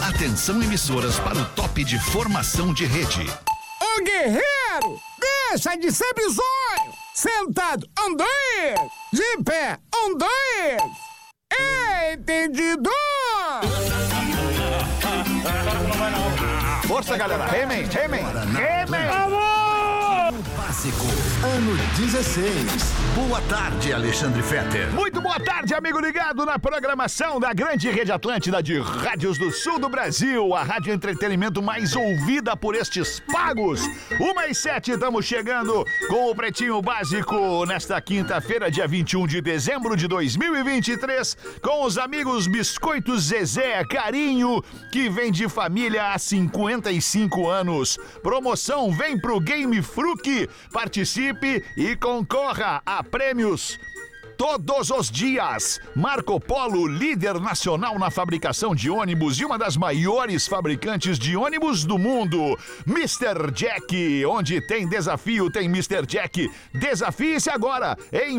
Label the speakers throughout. Speaker 1: Atenção emissoras para o top de formação de rede.
Speaker 2: Ô guerreiro, deixa de ser bizonho! Sentado, um, dois! De pé, um, dois! Entendido!
Speaker 3: Força, galera! Remem, remem!
Speaker 1: Básico, ano 16. Boa tarde, Alexandre Fetter.
Speaker 3: Muito boa tarde, amigo ligado na programação da grande rede Atlântida de rádios do sul do Brasil, a rádio entretenimento mais ouvida por estes pagos. Uma e sete, estamos chegando com o Pretinho Básico nesta quinta-feira, dia 21 de dezembro de 2023, com os amigos Biscoitos Zezé Carinho, que vem de família há 55 anos. Promoção vem pro Game Fruque, participe e concorra a prêmios. Todos os dias, Marco Polo, líder nacional na fabricação de ônibus e uma das maiores fabricantes de ônibus do mundo. Mr. Jack, onde tem desafio, tem Mr. Jack. Desafie-se agora em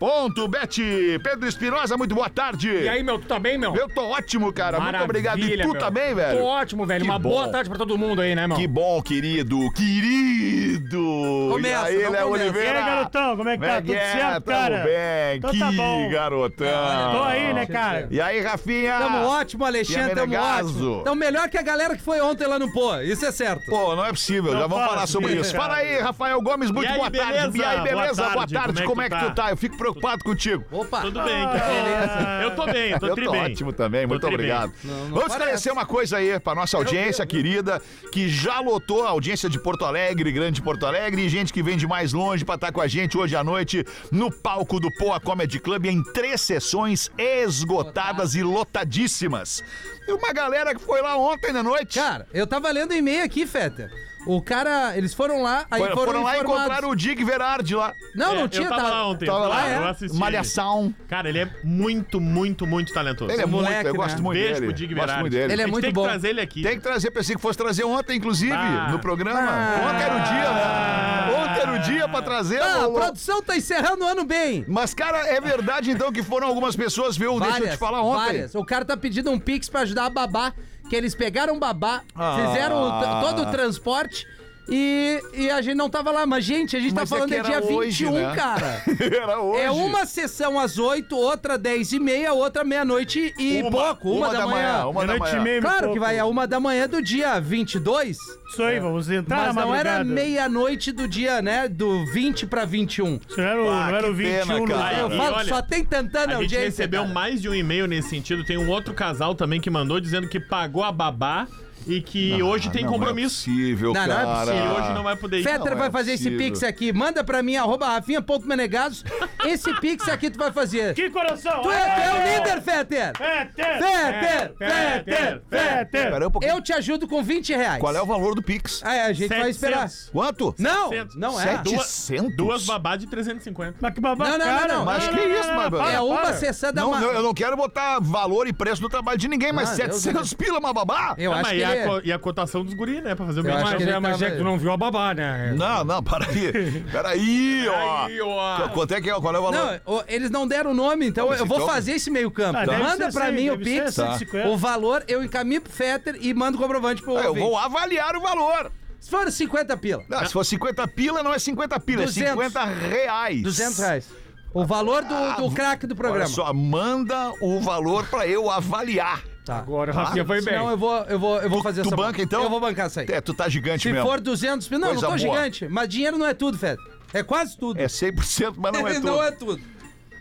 Speaker 3: MrJack.bet. Pedro Espinosa, muito boa tarde.
Speaker 4: E aí, meu, tu tá bem, meu?
Speaker 3: Eu tô ótimo, cara. muito obrigado. E tu
Speaker 4: meu.
Speaker 3: também, velho?
Speaker 4: Tô ótimo, velho.
Speaker 3: Que
Speaker 4: Uma
Speaker 3: bom.
Speaker 4: boa tarde pra todo mundo aí, né, meu?
Speaker 3: Que bom, querido. Querido!
Speaker 5: Começa,
Speaker 3: e aí,
Speaker 5: não
Speaker 3: Léo
Speaker 5: começa.
Speaker 3: Oliveira?
Speaker 6: E aí, garotão, como é que tá? Tudo
Speaker 3: é?
Speaker 6: certo,
Speaker 3: Tamo
Speaker 6: cara?
Speaker 3: bem.
Speaker 6: Então
Speaker 3: que
Speaker 6: tá bom.
Speaker 3: garotão.
Speaker 6: Tô aí, né, cara?
Speaker 3: E aí, Rafinha?
Speaker 5: Tamo
Speaker 3: é
Speaker 5: ótimo, Alexandre,
Speaker 3: Guilherme
Speaker 5: tamo
Speaker 3: Menegaso.
Speaker 5: ótimo. Tamo melhor que a galera que foi ontem lá no Pô, isso é certo.
Speaker 3: Pô, não é possível,
Speaker 6: Não
Speaker 3: já vamos
Speaker 6: fala
Speaker 3: falar sobre
Speaker 6: assim,
Speaker 3: isso.
Speaker 6: cara.
Speaker 3: Fala aí, Rafael Gomes, muito
Speaker 6: E aí,
Speaker 3: boa tarde.
Speaker 6: beleza?
Speaker 3: E aí, beleza? Boa tarde, Como, é que tu tá?
Speaker 6: tá?
Speaker 3: Eu fico preocupado contigo.
Speaker 5: Opa.
Speaker 6: Tudo bem, cara. Eu tô bem, tô
Speaker 3: Ah, Eu
Speaker 6: tri
Speaker 3: tô
Speaker 6: bem. É,
Speaker 3: ótimo também,
Speaker 6: Tô
Speaker 3: muito
Speaker 6: tri bem.
Speaker 3: obrigado.
Speaker 5: Não, não
Speaker 3: Vamos
Speaker 5: parece.
Speaker 3: esclarecer uma coisa aí pra nossa audiência querida, que já lotou a audiência de Porto Alegre, Grande Porto Alegre, e gente que vem de mais longe pra estar com a gente hoje à noite no palco do Poa Comedy Club em três sessões esgotadas e lotadíssimas. E uma galera que foi lá ontem de noite.
Speaker 5: Cara, eu tava lendo um e-mail aqui, Fetter. O cara, eles foram lá, aí
Speaker 3: foram,
Speaker 5: foram,
Speaker 3: foram lá e
Speaker 5: informados.
Speaker 3: encontraram o Dig Verardi lá.
Speaker 5: Não,
Speaker 6: É,
Speaker 5: não tinha,
Speaker 6: Eu tava lá ontem,
Speaker 3: Tava
Speaker 6: eu
Speaker 3: lá,
Speaker 6: lá, eu
Speaker 5: é?
Speaker 6: assisti.
Speaker 3: Malhação.
Speaker 6: ele. Cara, ele é muito, muito, muito talentoso.
Speaker 3: Ele é
Speaker 5: Esse
Speaker 3: muito,
Speaker 5: moleque,
Speaker 3: eu gosto
Speaker 5: né?
Speaker 3: muito
Speaker 6: Beijo
Speaker 3: dele.
Speaker 6: pro Dig
Speaker 3: gosto
Speaker 6: Verardi.
Speaker 3: muito dele.
Speaker 5: Ele é
Speaker 6: A gente
Speaker 5: muito
Speaker 6: tem
Speaker 5: bom.
Speaker 6: que trazer ele aqui.
Speaker 3: Tem que trazer, pensei que fosse trazer ontem, inclusive,
Speaker 6: Ah.
Speaker 3: no programa.
Speaker 5: Ah.
Speaker 3: Ontem era o dia, né? Ontem era o dia pra trazer.
Speaker 5: Ah, a
Speaker 3: o-
Speaker 5: produção tá encerrando o ano bem.
Speaker 3: Mas, cara, é verdade então que foram algumas pessoas, viu? Deixa eu te falar ontem.
Speaker 5: várias. O cara tá pedindo um pix pra ajudar a babá, que eles pegaram o babá,
Speaker 3: Ah.
Speaker 5: fizeram o t- todo o transporte e, e a gente não tava lá. Mas, gente, a gente
Speaker 3: Mas
Speaker 5: tá
Speaker 3: é
Speaker 5: falando
Speaker 3: que
Speaker 5: é,
Speaker 3: era
Speaker 5: dia
Speaker 3: hoje,
Speaker 5: 21,
Speaker 3: né?
Speaker 5: cara.
Speaker 3: Era hoje.
Speaker 5: É uma sessão às 8, outra 10 e meia, outra meia-noite e
Speaker 6: Uma-
Speaker 5: pouco, uma, da, manhã.
Speaker 3: Uma da
Speaker 6: Meia-noite e
Speaker 3: manhã.
Speaker 6: meia,
Speaker 5: Claro
Speaker 6: meu
Speaker 5: que
Speaker 6: pouco.
Speaker 5: vai a uma da manhã do dia 22,
Speaker 6: Isso aí, vamos entrar
Speaker 5: mas
Speaker 6: na
Speaker 5: não era
Speaker 6: madrugada.
Speaker 5: meia-noite do dia, né, do 20 pra 21.
Speaker 6: Isso não era o,
Speaker 3: Ah,
Speaker 6: não era o
Speaker 3: que pena,
Speaker 6: 21, não.
Speaker 3: cara.
Speaker 5: Eu
Speaker 6: E
Speaker 5: falo,
Speaker 6: olha,
Speaker 5: só tem tantana
Speaker 6: A gente
Speaker 5: audiência.
Speaker 6: recebeu
Speaker 5: cara.
Speaker 6: mais de um e-mail nesse sentido. Tem um outro casal também que mandou dizendo que pagou a babá e que hoje tem
Speaker 3: Não
Speaker 6: compromisso.
Speaker 3: É possível,
Speaker 5: Não, não é
Speaker 3: cara.
Speaker 6: e hoje não vai poder ir.
Speaker 5: Fetter
Speaker 3: Não é
Speaker 5: vai fazer esse
Speaker 3: possível.
Speaker 5: pix aqui. Manda pra mim, arroba rafinha.menegados. Esse pix aqui tu vai fazer.
Speaker 6: Que coração!
Speaker 5: Tu é, tu é o líder, Fetter!
Speaker 6: Fetter!
Speaker 5: Fetter!
Speaker 6: Fetter!
Speaker 5: Fetter!
Speaker 6: Fetter!
Speaker 3: Espera aí um pouquinho.
Speaker 5: Eu te ajudo com 20 reais.
Speaker 3: Qual é o valor do Pix?
Speaker 5: Ah, é, a gente vai esperar.
Speaker 6: 700.
Speaker 3: Quanto?
Speaker 5: Não!
Speaker 6: 700.
Speaker 5: Não é.
Speaker 3: Sete-
Speaker 6: Duas-
Speaker 3: 700?
Speaker 6: Duas babá de 350.
Speaker 4: Mas que babá,
Speaker 5: Não, não, não, não.
Speaker 3: Mas que isso, mas-
Speaker 5: É
Speaker 3: Para,
Speaker 5: uma sessão da
Speaker 3: Não,
Speaker 5: ma-
Speaker 3: não, eu não quero botar valor e preço no trabalho de ninguém, mas
Speaker 5: Ah, Deus
Speaker 3: 700 pila, é uma babá?
Speaker 5: Eu
Speaker 6: Ah,
Speaker 5: acho
Speaker 6: mas
Speaker 5: que
Speaker 6: e,
Speaker 5: ele
Speaker 6: a,
Speaker 5: é.
Speaker 6: co- e a cotação dos guri, né? Pra fazer o
Speaker 5: Eu
Speaker 6: mesmo.
Speaker 5: acho
Speaker 4: mas,
Speaker 5: que ele
Speaker 4: é, mas
Speaker 5: tava-
Speaker 4: é que tu não viu a babá, né?
Speaker 3: Não, não, para aí. Peraí, ó.
Speaker 6: Aí, ó.
Speaker 3: Quanto é que é? Qual é o valor?
Speaker 5: Não, o- eles não deram o nome, então
Speaker 3: mas
Speaker 5: eu vou
Speaker 3: então-
Speaker 5: fazer esse meio campo.
Speaker 6: Ah, deve
Speaker 5: Manda
Speaker 6: ser
Speaker 5: pra
Speaker 3: assim,
Speaker 6: cem,
Speaker 5: mim o
Speaker 6: deve ser
Speaker 5: Pix,
Speaker 3: Tá.
Speaker 6: 150.
Speaker 5: o valor, eu encaminho pro Fetter e mando o comprovante pro
Speaker 3: É. Ah, eu
Speaker 5: ouvinte.
Speaker 3: vou avaliar o valor.
Speaker 5: Se for 50 pila,
Speaker 3: Não, se for 50 pila, não é 50 pila,
Speaker 5: 200.
Speaker 3: é 50 reais.
Speaker 5: 200 reais. O valor do, do craque do
Speaker 3: Ah, Olha
Speaker 5: programa.
Speaker 3: só, manda o valor pra eu avaliar.
Speaker 5: Tá.
Speaker 4: Agora o Rafinha foi bem.
Speaker 3: é
Speaker 5: Senão eu vou, eu vou, eu vou fazer
Speaker 3: tu
Speaker 5: essa.
Speaker 3: banca, então?
Speaker 5: Eu vou bancar essa aí.
Speaker 3: É, tu tá gigante
Speaker 5: Se
Speaker 3: mesmo.
Speaker 5: for 200 mil, não,
Speaker 3: Coisa
Speaker 5: não tô
Speaker 3: boa.
Speaker 5: gigante. Mas dinheiro não é tudo, Fed. É quase tudo.
Speaker 3: É 100%, mas não é tudo.
Speaker 5: Não é tudo.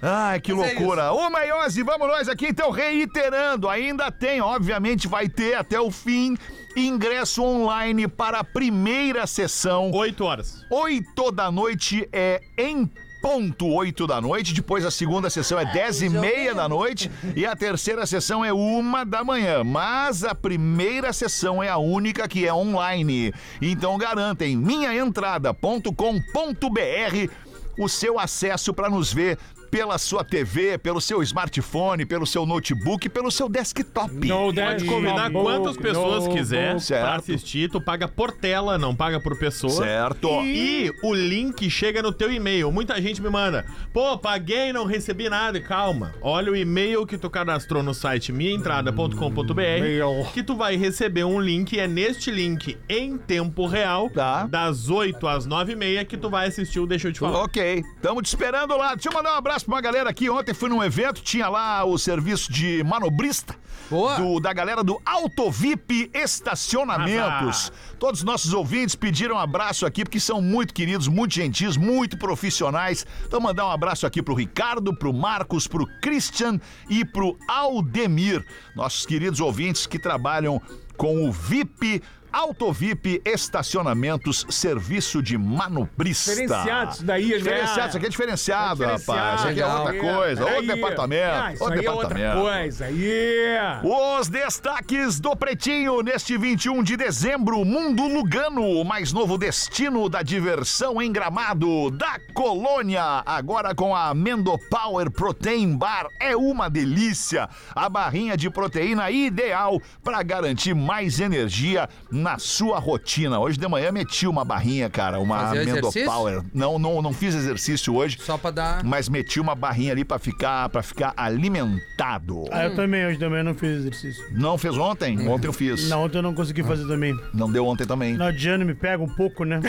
Speaker 3: Ai, que
Speaker 5: Mas é
Speaker 3: loucura. Ô, Maiose, vamos nós aqui, então, reiterando. Ainda tem, obviamente, vai ter até o fim, ingresso online para a primeira sessão.
Speaker 6: 8 horas.
Speaker 3: 8 da noite é em ponto 8 da noite, depois a segunda sessão é 10 e meia da noite e a terceira sessão é uma da manhã, mas a primeira sessão é a única que é online. Então garanta em minhaentrada.com.br o seu acesso para nos ver pela sua TV, pelo seu smartphone, pelo seu notebook, pelo seu desktop.
Speaker 6: Pode convidar quantas pessoas quiser pra
Speaker 3: Certo.
Speaker 6: assistir, tu paga por tela, não paga por pessoa.
Speaker 3: Certo.
Speaker 6: E o link chega no teu e-mail. Muita gente me manda, pô, paguei e não recebi nada. Calma, olha o e-mail que tu cadastrou no site minhaentrada.com.br que tu vai receber um link e é neste link, em tempo real,
Speaker 3: Tá.
Speaker 6: das 8 às 9 e meia que tu vai assistir o Deixa Eu Te Falar.
Speaker 3: Ok, tamo te esperando lá. Deixa eu mandar um abraço pra uma galera aqui. Ontem fui num evento, tinha lá o serviço de manobrista
Speaker 5: Boa.
Speaker 3: do- da galera do Autovip Estacionamentos. Todos os nossos ouvintes pediram um abraço aqui porque são muito queridos, muito gentis, muito profissionais. Então mandar um abraço aqui pro Ricardo, pro Marcos, pro Christian e pro Aldemir, nossos queridos ouvintes que trabalham com o VIP Autovip Estacionamentos Serviço de Manobrista.
Speaker 7: Diferenciado isso daí, né?
Speaker 3: Diferenciado, isso aqui é diferenciado,
Speaker 7: É
Speaker 3: rapaz. Isso aqui é outra
Speaker 7: diferenciado.
Speaker 3: coisa,
Speaker 7: Peraí.
Speaker 3: outro departamento.
Speaker 7: Ah, isso
Speaker 3: outro
Speaker 7: aí é outra
Speaker 3: departamento.
Speaker 7: coisa. Yeah.
Speaker 3: Os destaques do Pretinho neste 21 de dezembro, Mundo Lugano, o mais novo destino da diversão em Gramado, da Colônia, agora com a Amendo Power Protein Bar, é uma delícia, a barrinha de proteína ideal para garantir mais energia na sua rotina. Hoje de manhã meti uma barrinha, cara, uma
Speaker 5: Fazia
Speaker 3: Amendo
Speaker 5: exercício?
Speaker 3: Power. Não, não, não fiz exercício hoje.
Speaker 5: Só pra dar.
Speaker 3: Mas meti uma barrinha ali para ficar, para ficar alimentado.
Speaker 4: Ah, eu também, hoje também não fiz exercício.
Speaker 3: Não fez ontem? Ontem eu fiz.
Speaker 4: Não, ontem eu não consegui fazer também.
Speaker 3: Não deu ontem também.
Speaker 4: Final de ano me pega um pouco, né?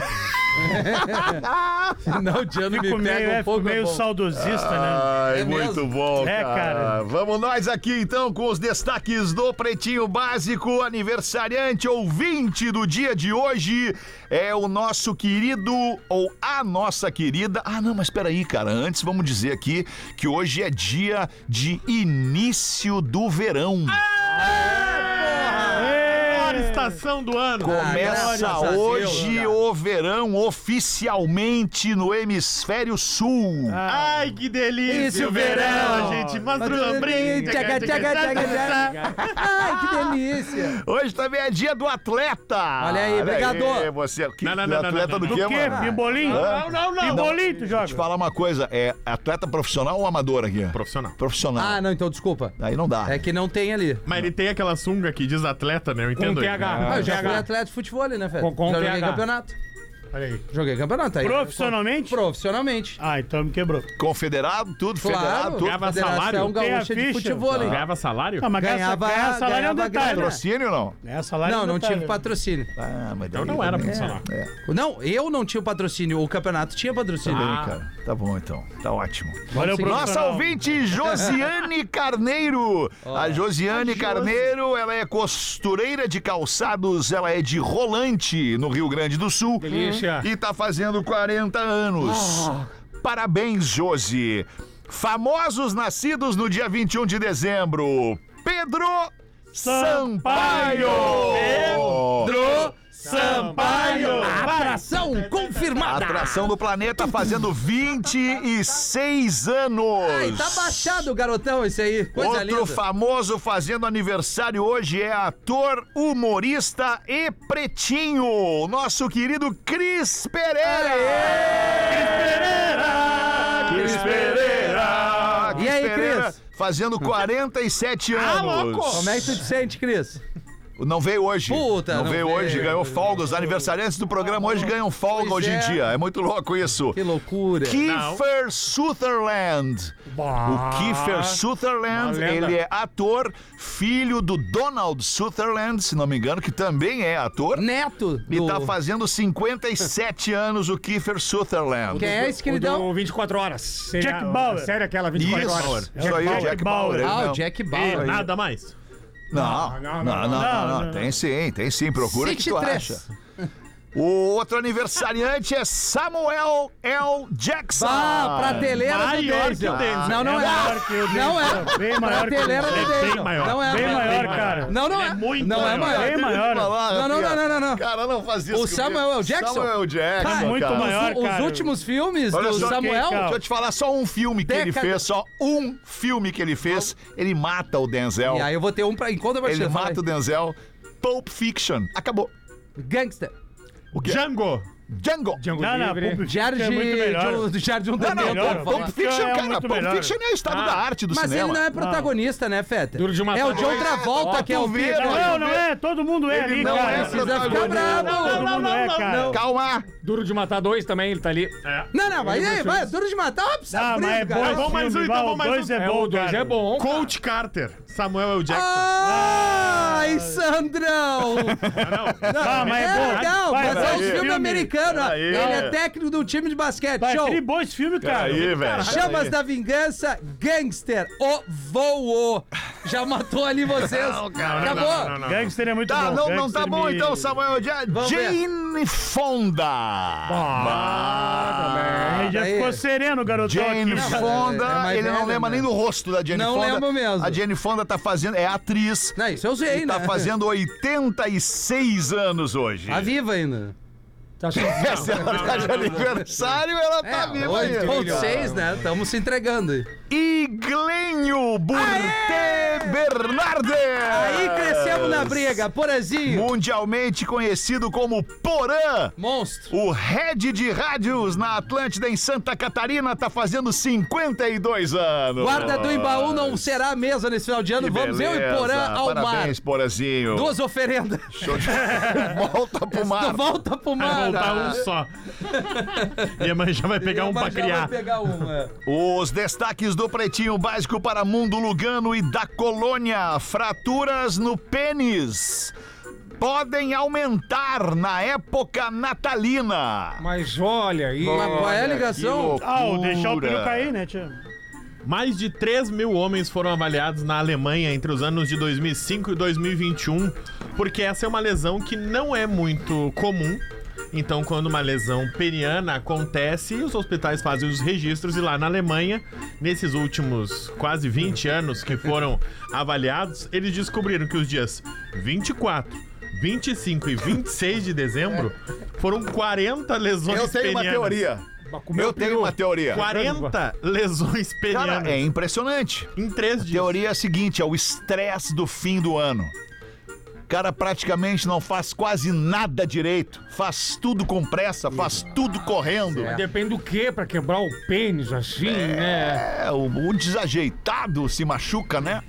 Speaker 5: Não, o Diano me
Speaker 4: Fico meio,
Speaker 5: pega
Speaker 4: é,
Speaker 5: um
Speaker 4: fico
Speaker 5: pouco.
Speaker 4: meio
Speaker 5: é bom.
Speaker 4: saudosista, né?
Speaker 3: Ai,
Speaker 5: É
Speaker 3: muito
Speaker 5: mesmo?
Speaker 3: bom,
Speaker 4: É,
Speaker 3: cara.
Speaker 4: cara.
Speaker 3: Vamos nós aqui então com os destaques do Pretinho Básico, aniversariante ouvinte do dia de hoje é o nosso querido ou a nossa querida. Ah, não, mas peraí, cara, antes vamos dizer aqui que hoje é dia de início do verão.
Speaker 6: Melhor É estação do ano.
Speaker 5: graças
Speaker 3: Começa
Speaker 5: a Deus,
Speaker 3: hoje o verão oficialmente no hemisfério sul.
Speaker 6: Ai, que delícia!
Speaker 5: Esse
Speaker 6: o verão, gente, mostra o brinde.
Speaker 5: Tchaca, tchaca, tchaca, tchaca. Ai, que delícia.
Speaker 3: Hoje também é dia do atleta.
Speaker 5: Olha aí, brigador.
Speaker 3: aí, Você, que,
Speaker 6: Não, não, não, não,
Speaker 3: atleta
Speaker 6: não,
Speaker 3: do
Speaker 6: não,
Speaker 3: quê,
Speaker 4: Do quê?
Speaker 3: mano?
Speaker 4: Pimbolinho?
Speaker 3: Hã?
Speaker 6: Não, não, não.
Speaker 4: Pimbolinho, tu
Speaker 3: Te
Speaker 4: joga.
Speaker 3: falar uma coisa, é atleta profissional ou amador aqui?
Speaker 6: Profissional.
Speaker 3: Profissional.
Speaker 5: Ah, não, então desculpa.
Speaker 3: Aí não dá.
Speaker 5: É que não tem ali.
Speaker 6: Mas ele tem aquela sunga que diz atleta, né? Eu
Speaker 7: Com
Speaker 6: entendo. ele.
Speaker 7: TH.
Speaker 5: Ah,
Speaker 7: Com
Speaker 5: eu já fui
Speaker 7: TH.
Speaker 5: atleta de futebol, né, Fede?
Speaker 7: Com- com
Speaker 5: já joguei
Speaker 7: TH.
Speaker 5: campeonato.
Speaker 7: Olha aí.
Speaker 5: Joguei campeonato aí.
Speaker 4: Profissionalmente?
Speaker 5: Profissionalmente.
Speaker 4: Ah, então me quebrou.
Speaker 3: Confederado, tudo,
Speaker 5: Claro.
Speaker 3: federado, tudo.
Speaker 6: Ganhava salário?
Speaker 4: Tem a
Speaker 5: Gaúcha um de
Speaker 4: ficha?
Speaker 5: Futebol. hein?
Speaker 6: Ganhava salário?
Speaker 4: Ah, mas
Speaker 5: Ganhava-
Speaker 4: ganhava, ganhar salário é um
Speaker 5: ganhava
Speaker 4: detalhe.
Speaker 5: grana.
Speaker 3: Patrocínio ou não?
Speaker 4: Ganhar salário
Speaker 5: Não,
Speaker 4: é um
Speaker 5: não
Speaker 4: detalhe.
Speaker 5: tive patrocínio.
Speaker 3: Ah, mas daí
Speaker 6: Eu Então não era
Speaker 3: também-
Speaker 6: profissional.
Speaker 3: É,
Speaker 5: Não, eu não tinha o patrocínio. O campeonato tinha patrocínio.
Speaker 3: tudo
Speaker 6: Ah.
Speaker 3: bem, cara. Tá bom então. Tá ótimo.
Speaker 4: Valeu,
Speaker 3: Nossa
Speaker 4: profissional.
Speaker 3: ouvinte, Josiane Carneiro. A Josiane Carneiro, ela é costureira de calçados, ela é de Rolante, no Rio Grande do Sul.
Speaker 7: Delícia.
Speaker 3: E tá fazendo 40 anos. Parabéns, Josi. Famosos nascidos no dia 21 de dezembro. Pedro
Speaker 4: Sampaio.
Speaker 3: Sampaio.
Speaker 5: Pedro Sampaio! Atração confirmada!
Speaker 3: Atração do planeta fazendo 26 anos.
Speaker 5: Ai, tá baixado o garotão esse aí. Coisa
Speaker 3: Outro
Speaker 5: linda.
Speaker 3: famoso fazendo aniversário hoje é ator, humorista e pretinho, o nosso querido Cris Pereira. Cris Pereira.
Speaker 5: E aí, Cris?
Speaker 3: Fazendo 47 anos.
Speaker 5: Como é que tu te sente, Cris?
Speaker 3: Não veio hoje.
Speaker 5: Puta,
Speaker 3: não,
Speaker 5: não
Speaker 3: veio
Speaker 5: veio.
Speaker 3: hoje, ganhou folga. Os aniversariantes do programa hoje ganham folga
Speaker 5: Pois
Speaker 3: hoje em
Speaker 5: é.
Speaker 3: dia. É muito louco isso.
Speaker 5: Que loucura.
Speaker 3: Kiefer Sutherland. O Kiefer Sutherland,
Speaker 7: lenda.
Speaker 3: ele é ator, filho do Donald Sutherland, se não me engano, que também é ator.
Speaker 5: Neto do...
Speaker 3: E tá fazendo 57 anos o Kiefer Sutherland.
Speaker 5: Quem é esse
Speaker 7: O
Speaker 5: queridão?
Speaker 7: do 24 horas. Seria-
Speaker 4: Jack Bauer.
Speaker 7: Sério aquela 24 horas.
Speaker 3: Isso, isso aí,
Speaker 4: Bauer.
Speaker 3: Jack Bauer. ele
Speaker 5: Ah, o
Speaker 3: mesmo.
Speaker 5: Jack
Speaker 6: E
Speaker 5: Bauer.
Speaker 6: nada mais.
Speaker 3: Não, não, não, não, não,
Speaker 4: não.
Speaker 3: Tem sim, tem sim. Procura que tu
Speaker 5: 23.
Speaker 3: acha. O outro aniversariante é Samuel L. Jackson.
Speaker 5: Ah, prateleira do
Speaker 6: Maior que o
Speaker 5: Denzel.
Speaker 6: Denzel.
Speaker 5: Não, não
Speaker 4: É
Speaker 5: é.
Speaker 4: maior que o Denzel.
Speaker 5: Não é.
Speaker 4: Bem maior que o
Speaker 5: Prateleira do
Speaker 4: Denzel.
Speaker 6: É bem
Speaker 5: Denzel.
Speaker 6: maior.
Speaker 5: Não é.
Speaker 4: Bem
Speaker 5: maior.
Speaker 4: maior, cara.
Speaker 5: Não, não
Speaker 6: Ele
Speaker 5: é.
Speaker 6: é muito
Speaker 5: não é
Speaker 6: maior.
Speaker 5: maior.
Speaker 4: Bem maior.
Speaker 5: Não, não, não, não, não, não.
Speaker 3: Cara, não faz isso.
Speaker 5: O Samuel L. Jackson?
Speaker 3: Samuel Jackson,
Speaker 5: Cara,
Speaker 4: muito
Speaker 3: cara.
Speaker 4: maior.
Speaker 5: Os, os
Speaker 4: cara.
Speaker 5: últimos filmes
Speaker 3: Olha
Speaker 5: do
Speaker 3: só quem,
Speaker 5: Samuel.
Speaker 4: cara.
Speaker 3: Deixa eu te falar só um filme que
Speaker 5: Década.
Speaker 3: ele fez, só um filme que ele fez. Ele mata o Denzel.
Speaker 5: E aí eu vou ter um pra enquanto eu
Speaker 3: ele mata o Denzel. Pulp Fiction. Acabou.
Speaker 5: Gangster.
Speaker 3: O quê?
Speaker 6: Django.
Speaker 3: Django.
Speaker 8: Django
Speaker 4: Não, não,
Speaker 8: Livre.
Speaker 4: Pulp Fiction
Speaker 5: Jardim
Speaker 4: é muito melhor.
Speaker 5: de, um Jardim do
Speaker 3: Não, não,
Speaker 4: melhor,
Speaker 3: não.
Speaker 4: eu
Speaker 5: Tempo.
Speaker 3: Pulp
Speaker 4: vou falar.
Speaker 3: Fiction,
Speaker 4: É
Speaker 3: cara.
Speaker 4: muito
Speaker 3: Pulp
Speaker 4: melhor.
Speaker 3: Fiction é o estado
Speaker 8: Ah,
Speaker 3: da arte do
Speaker 5: Mas ele
Speaker 3: cinema.
Speaker 5: não é protagonista, né, Feta?
Speaker 8: Duro de matar
Speaker 5: É o John
Speaker 8: dois.
Speaker 5: Travolta
Speaker 8: Ó,
Speaker 5: que é o
Speaker 3: tu vê,
Speaker 5: Peter.
Speaker 3: né?
Speaker 4: Não, não é. Todo mundo é ali,
Speaker 3: não
Speaker 4: cara.
Speaker 3: é
Speaker 5: Precisa ficar
Speaker 3: protagonista.
Speaker 5: bravo.
Speaker 4: Todo
Speaker 6: Não,
Speaker 4: mundo
Speaker 6: não,
Speaker 4: é,
Speaker 6: não,
Speaker 4: cara.
Speaker 3: Calma.
Speaker 8: Duro de matar dois também, ele tá ali.
Speaker 5: Não, não, mas aí, vai, duro de matar. Ah, precisa
Speaker 4: Ah,
Speaker 5: abrir,
Speaker 4: mas é bom.
Speaker 5: cara.
Speaker 4: esse
Speaker 6: bom mais
Speaker 4: filme,
Speaker 6: um, então
Speaker 4: vai,
Speaker 6: bom mais
Speaker 4: dois
Speaker 6: um.
Speaker 4: é
Speaker 8: É,
Speaker 4: bom,
Speaker 8: o dois
Speaker 4: cara.
Speaker 8: é bom.
Speaker 6: Coach Carter, Samuel é
Speaker 5: Ah!
Speaker 6: L. Jackson.
Speaker 5: Ai, Sandrão!
Speaker 4: Ah, mas é
Speaker 5: É
Speaker 4: bom.
Speaker 5: legal,
Speaker 4: Vai,
Speaker 5: mas
Speaker 4: vai,
Speaker 5: é um
Speaker 4: vai.
Speaker 5: filme americano. ó.
Speaker 3: Aí,
Speaker 5: Ele
Speaker 3: é.
Speaker 5: é técnico do time de basquete.
Speaker 4: Vai,
Speaker 5: Show!
Speaker 4: aquele bom esse filme, cara.
Speaker 3: Aí, velho.
Speaker 5: Chamas da Vingança, Gangster, o voo. Já matou ali vocês. Acabou.
Speaker 4: Gangster é muito
Speaker 3: Tá,
Speaker 4: bom.
Speaker 3: não, não tá
Speaker 4: Gangster
Speaker 3: bom
Speaker 4: me-
Speaker 3: então, Samuel. Já
Speaker 5: Vamos ver.
Speaker 3: Jane Fonda. Ah,
Speaker 6: É,
Speaker 4: Aí já
Speaker 5: Daí-
Speaker 4: ficou sereno, garotão.
Speaker 3: Jane
Speaker 4: aqui.
Speaker 3: Fonda,
Speaker 5: é mais
Speaker 3: ele não
Speaker 5: velha,
Speaker 3: lembra
Speaker 5: né?
Speaker 3: nem do rosto da Jane
Speaker 5: Não
Speaker 3: Fonda.
Speaker 5: lembro mesmo.
Speaker 3: A Jane Fonda tá fazendo, é atriz,
Speaker 5: Não, isso eu sei, né?
Speaker 3: tá fazendo 86 anos hoje.
Speaker 5: Tá viva ainda.
Speaker 8: Tá achando
Speaker 3: É, se ela tá de aniversário, ela tá
Speaker 5: É,
Speaker 3: viva aí.
Speaker 5: 8.6, né? Estamos se entregando aí.
Speaker 3: E Glênio Burte Bernardes.
Speaker 5: Aí crescemos na briga. Porazinho,
Speaker 3: Mundialmente conhecido como Porã.
Speaker 5: monstro.
Speaker 3: O head de rádios na Atlântida em Santa Catarina tá fazendo 52 anos.
Speaker 5: Guarda do Embaú não será a mesa nesse final de ano.
Speaker 3: Que
Speaker 5: Vamos eu e
Speaker 3: beleza.
Speaker 5: Porã ao mar.
Speaker 3: Parabéns, Porazinho.
Speaker 5: Duas oferendas.
Speaker 3: Volta pro
Speaker 5: Tu
Speaker 3: mar.
Speaker 5: volta pro
Speaker 6: Vai
Speaker 5: mar.
Speaker 6: voltar um só. E a mãe já vai pegar um pra
Speaker 5: Mas já vai
Speaker 6: criar.
Speaker 5: pegar uma.
Speaker 3: Os destaques do Pretinho Básico para Mundo Lugano e da Colônia. Fraturas no pênis podem aumentar na época natalina.
Speaker 8: Mas olha aí.
Speaker 5: Mas qual é a
Speaker 3: Que
Speaker 5: ligação?
Speaker 3: loucura.
Speaker 4: Ah, o deixar o pneu cair, né, tia?
Speaker 6: Mais de 3 mil homens foram avaliados na Alemanha entre os anos de 2005 e 2021, porque essa é uma lesão que não é muito comum. Então, quando uma lesão peniana acontece, os hospitais fazem os registros e lá na Alemanha, nesses últimos quase 20 anos que foram avaliados, eles descobriram que os dias 24, 25 e 26 de dezembro foram 40 lesões
Speaker 9: Eu tenho uma
Speaker 6: penianas.
Speaker 9: teoria. Eu tenho uma teoria.
Speaker 6: 40 lesões penianas
Speaker 3: Cara, é impressionante.
Speaker 6: em três dias.
Speaker 3: Teoria é a seguinte, é o estresse do fim do ano. O cara praticamente não faz quase nada direito. Faz tudo com pressa, faz tudo correndo.
Speaker 8: Depende do que pra quebrar o pênis assim, né?
Speaker 3: É, o, o desajeitado se machuca, né?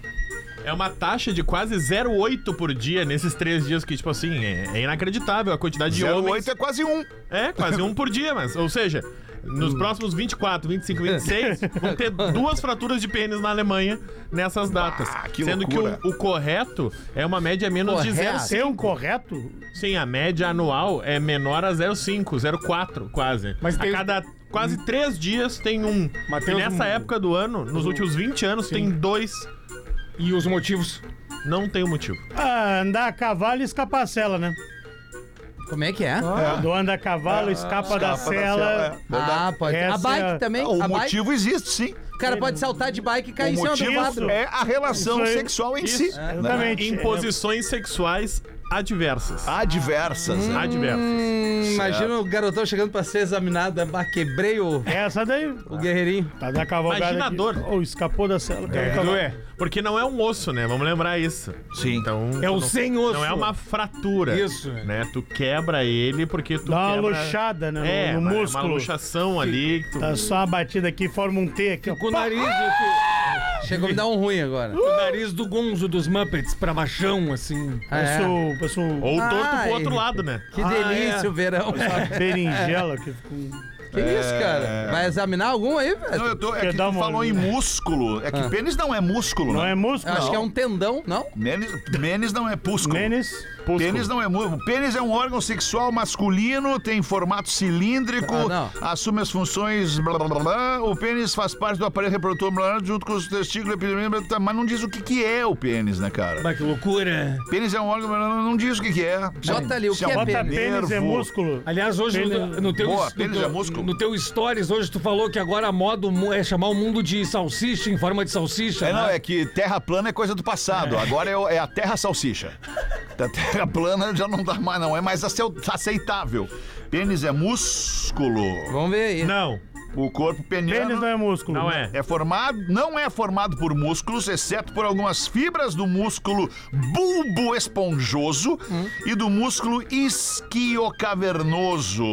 Speaker 6: É uma taxa de quase 0,8 por dia nesses três dias que, tipo assim, é, é inacreditável a quantidade de homens.
Speaker 3: 08 é quase um.
Speaker 6: É, quase um por dia, mas, ou seja, nos
Speaker 8: Hum.
Speaker 6: próximos 24, 25, 26, vão ter duas fraturas de pênis na Alemanha nessas datas.
Speaker 8: Ah,
Speaker 3: que
Speaker 6: sendo
Speaker 3: loucura.
Speaker 6: que o, o correto é uma média menos de
Speaker 5: Correto.
Speaker 6: 0,5.
Speaker 4: Tem um correto?
Speaker 6: Sim, a média anual é menor a 0,5, 0,4 quase.
Speaker 8: Mas
Speaker 6: Mas a
Speaker 8: tem-
Speaker 6: cada quase três dias tem um.
Speaker 8: Mas
Speaker 6: e
Speaker 8: tem
Speaker 6: nessa
Speaker 8: um-
Speaker 6: época do ano, nos últimos 20 anos, tem dois.
Speaker 8: E os motivos.
Speaker 6: Não tem o motivo.
Speaker 4: Ah, andar a cavalo e escapar a cela, né?
Speaker 5: Como é que é?
Speaker 4: Do anda a cavalo, escapa, Ah, da, cela.
Speaker 5: Ah, pode. A
Speaker 4: Essa é
Speaker 5: bike
Speaker 4: a-
Speaker 5: também?
Speaker 3: é, O
Speaker 5: a bike?
Speaker 3: motivo existe, sim.
Speaker 5: O cara pode saltar de bike e cair em
Speaker 3: O
Speaker 5: cima do
Speaker 3: motivo
Speaker 5: um quadro.
Speaker 3: é a relação
Speaker 4: Isso aí.
Speaker 3: sexual em
Speaker 6: Isso.
Speaker 3: si. né?
Speaker 4: Exatamente.
Speaker 6: Em
Speaker 4: É,
Speaker 6: posições sexuais adversas.
Speaker 3: Há diversas. né?
Speaker 6: Adversas.
Speaker 5: Hum, imagina o garotão chegando pra ser examinado. ah, bah, quebrei o,
Speaker 4: Essa daí.
Speaker 5: o guerreirinho.
Speaker 4: Tá da cavalgada.
Speaker 6: Imagina a
Speaker 4: aqui.
Speaker 6: dor.
Speaker 4: Ou escapou da cela. caiu do cavalo.
Speaker 6: Porque não é um osso, né? Vamos lembrar isso.
Speaker 3: Sim.
Speaker 6: Então,
Speaker 8: É
Speaker 6: tu
Speaker 8: o
Speaker 6: não,
Speaker 8: sem osso.
Speaker 6: não é uma fratura.
Speaker 8: Isso.
Speaker 6: Né? Tu quebra ele porque tu
Speaker 4: Dá uma
Speaker 6: quebra...
Speaker 4: luxada, né? No,
Speaker 6: É,
Speaker 4: no
Speaker 6: uma-
Speaker 4: músculo.
Speaker 6: uma luxação ali. que tu-
Speaker 4: Tá só uma batida aqui, forma um T
Speaker 5: É.
Speaker 4: aqui. ó.
Speaker 8: é Com o nariz, esse-
Speaker 5: Chegou a me dar um ruim agora.
Speaker 8: o nariz do gonzo dos Muppets pra baixão, assim.
Speaker 5: Ah, é.
Speaker 4: Passou, passou
Speaker 6: Ou torto
Speaker 5: Ai.
Speaker 6: pro outro lado, né?
Speaker 5: Que
Speaker 4: Ah,
Speaker 5: delícia
Speaker 4: é.
Speaker 5: o verão.
Speaker 4: uma berinjela um- que ficou.
Speaker 5: Que isso,
Speaker 4: É.
Speaker 5: cara? Vai examinar algum aí,
Speaker 3: Não,
Speaker 5: velho?
Speaker 3: eu tô, é
Speaker 4: Quer
Speaker 3: que tu
Speaker 4: dar uma
Speaker 3: falou em
Speaker 4: olhada? Ah.
Speaker 3: músculo. É que pênis não é músculo,
Speaker 4: Não
Speaker 3: né?
Speaker 4: é músculo?
Speaker 5: Acho que é um tendão, não?
Speaker 3: Menis, menis não é púsculo.
Speaker 4: Menes.
Speaker 3: Pênis não é músculo. Pênis é um órgão sexual masculino, tem formato cilíndrico,
Speaker 5: Ah, não.
Speaker 3: assume as funções. Blá, blá, blá, blá. O pênis faz parte do aparelho reprodutor blá, blá, junto com os testículos, epidemia, blá, blá, mas não diz o que, que é o pênis, né, cara?
Speaker 8: Mas que loucura.
Speaker 3: Pênis é um órgão, mas não não diz o que, que é.
Speaker 5: Bota ali, o
Speaker 3: Se
Speaker 5: que é
Speaker 3: um
Speaker 4: Bota pênis é
Speaker 3: nervo.
Speaker 4: músculo.
Speaker 8: Aliás, hoje
Speaker 4: Pênis-
Speaker 8: no, no teu,
Speaker 3: Boa,
Speaker 8: his-
Speaker 3: pênis
Speaker 8: no, teu-
Speaker 3: é músculo.
Speaker 8: no teu stories, hoje tu falou que agora a moda mu- é chamar o mundo de salsicha em forma de salsicha.
Speaker 3: É,
Speaker 8: né?
Speaker 3: não, é que terra plana é coisa do passado. Agora é, o- é a terra salsicha. A terra plana já não dá mais, não. É mais aceu- aceitável. Pênis é músculo.
Speaker 5: Vamos ver aí.
Speaker 6: Não.
Speaker 3: O corpo peniano
Speaker 4: Pênis não é músculo.
Speaker 6: Não é.
Speaker 3: é formado, não é formado por músculos, exceto por algumas fibras do músculo bulbo esponjoso e do músculo isquiocavernoso.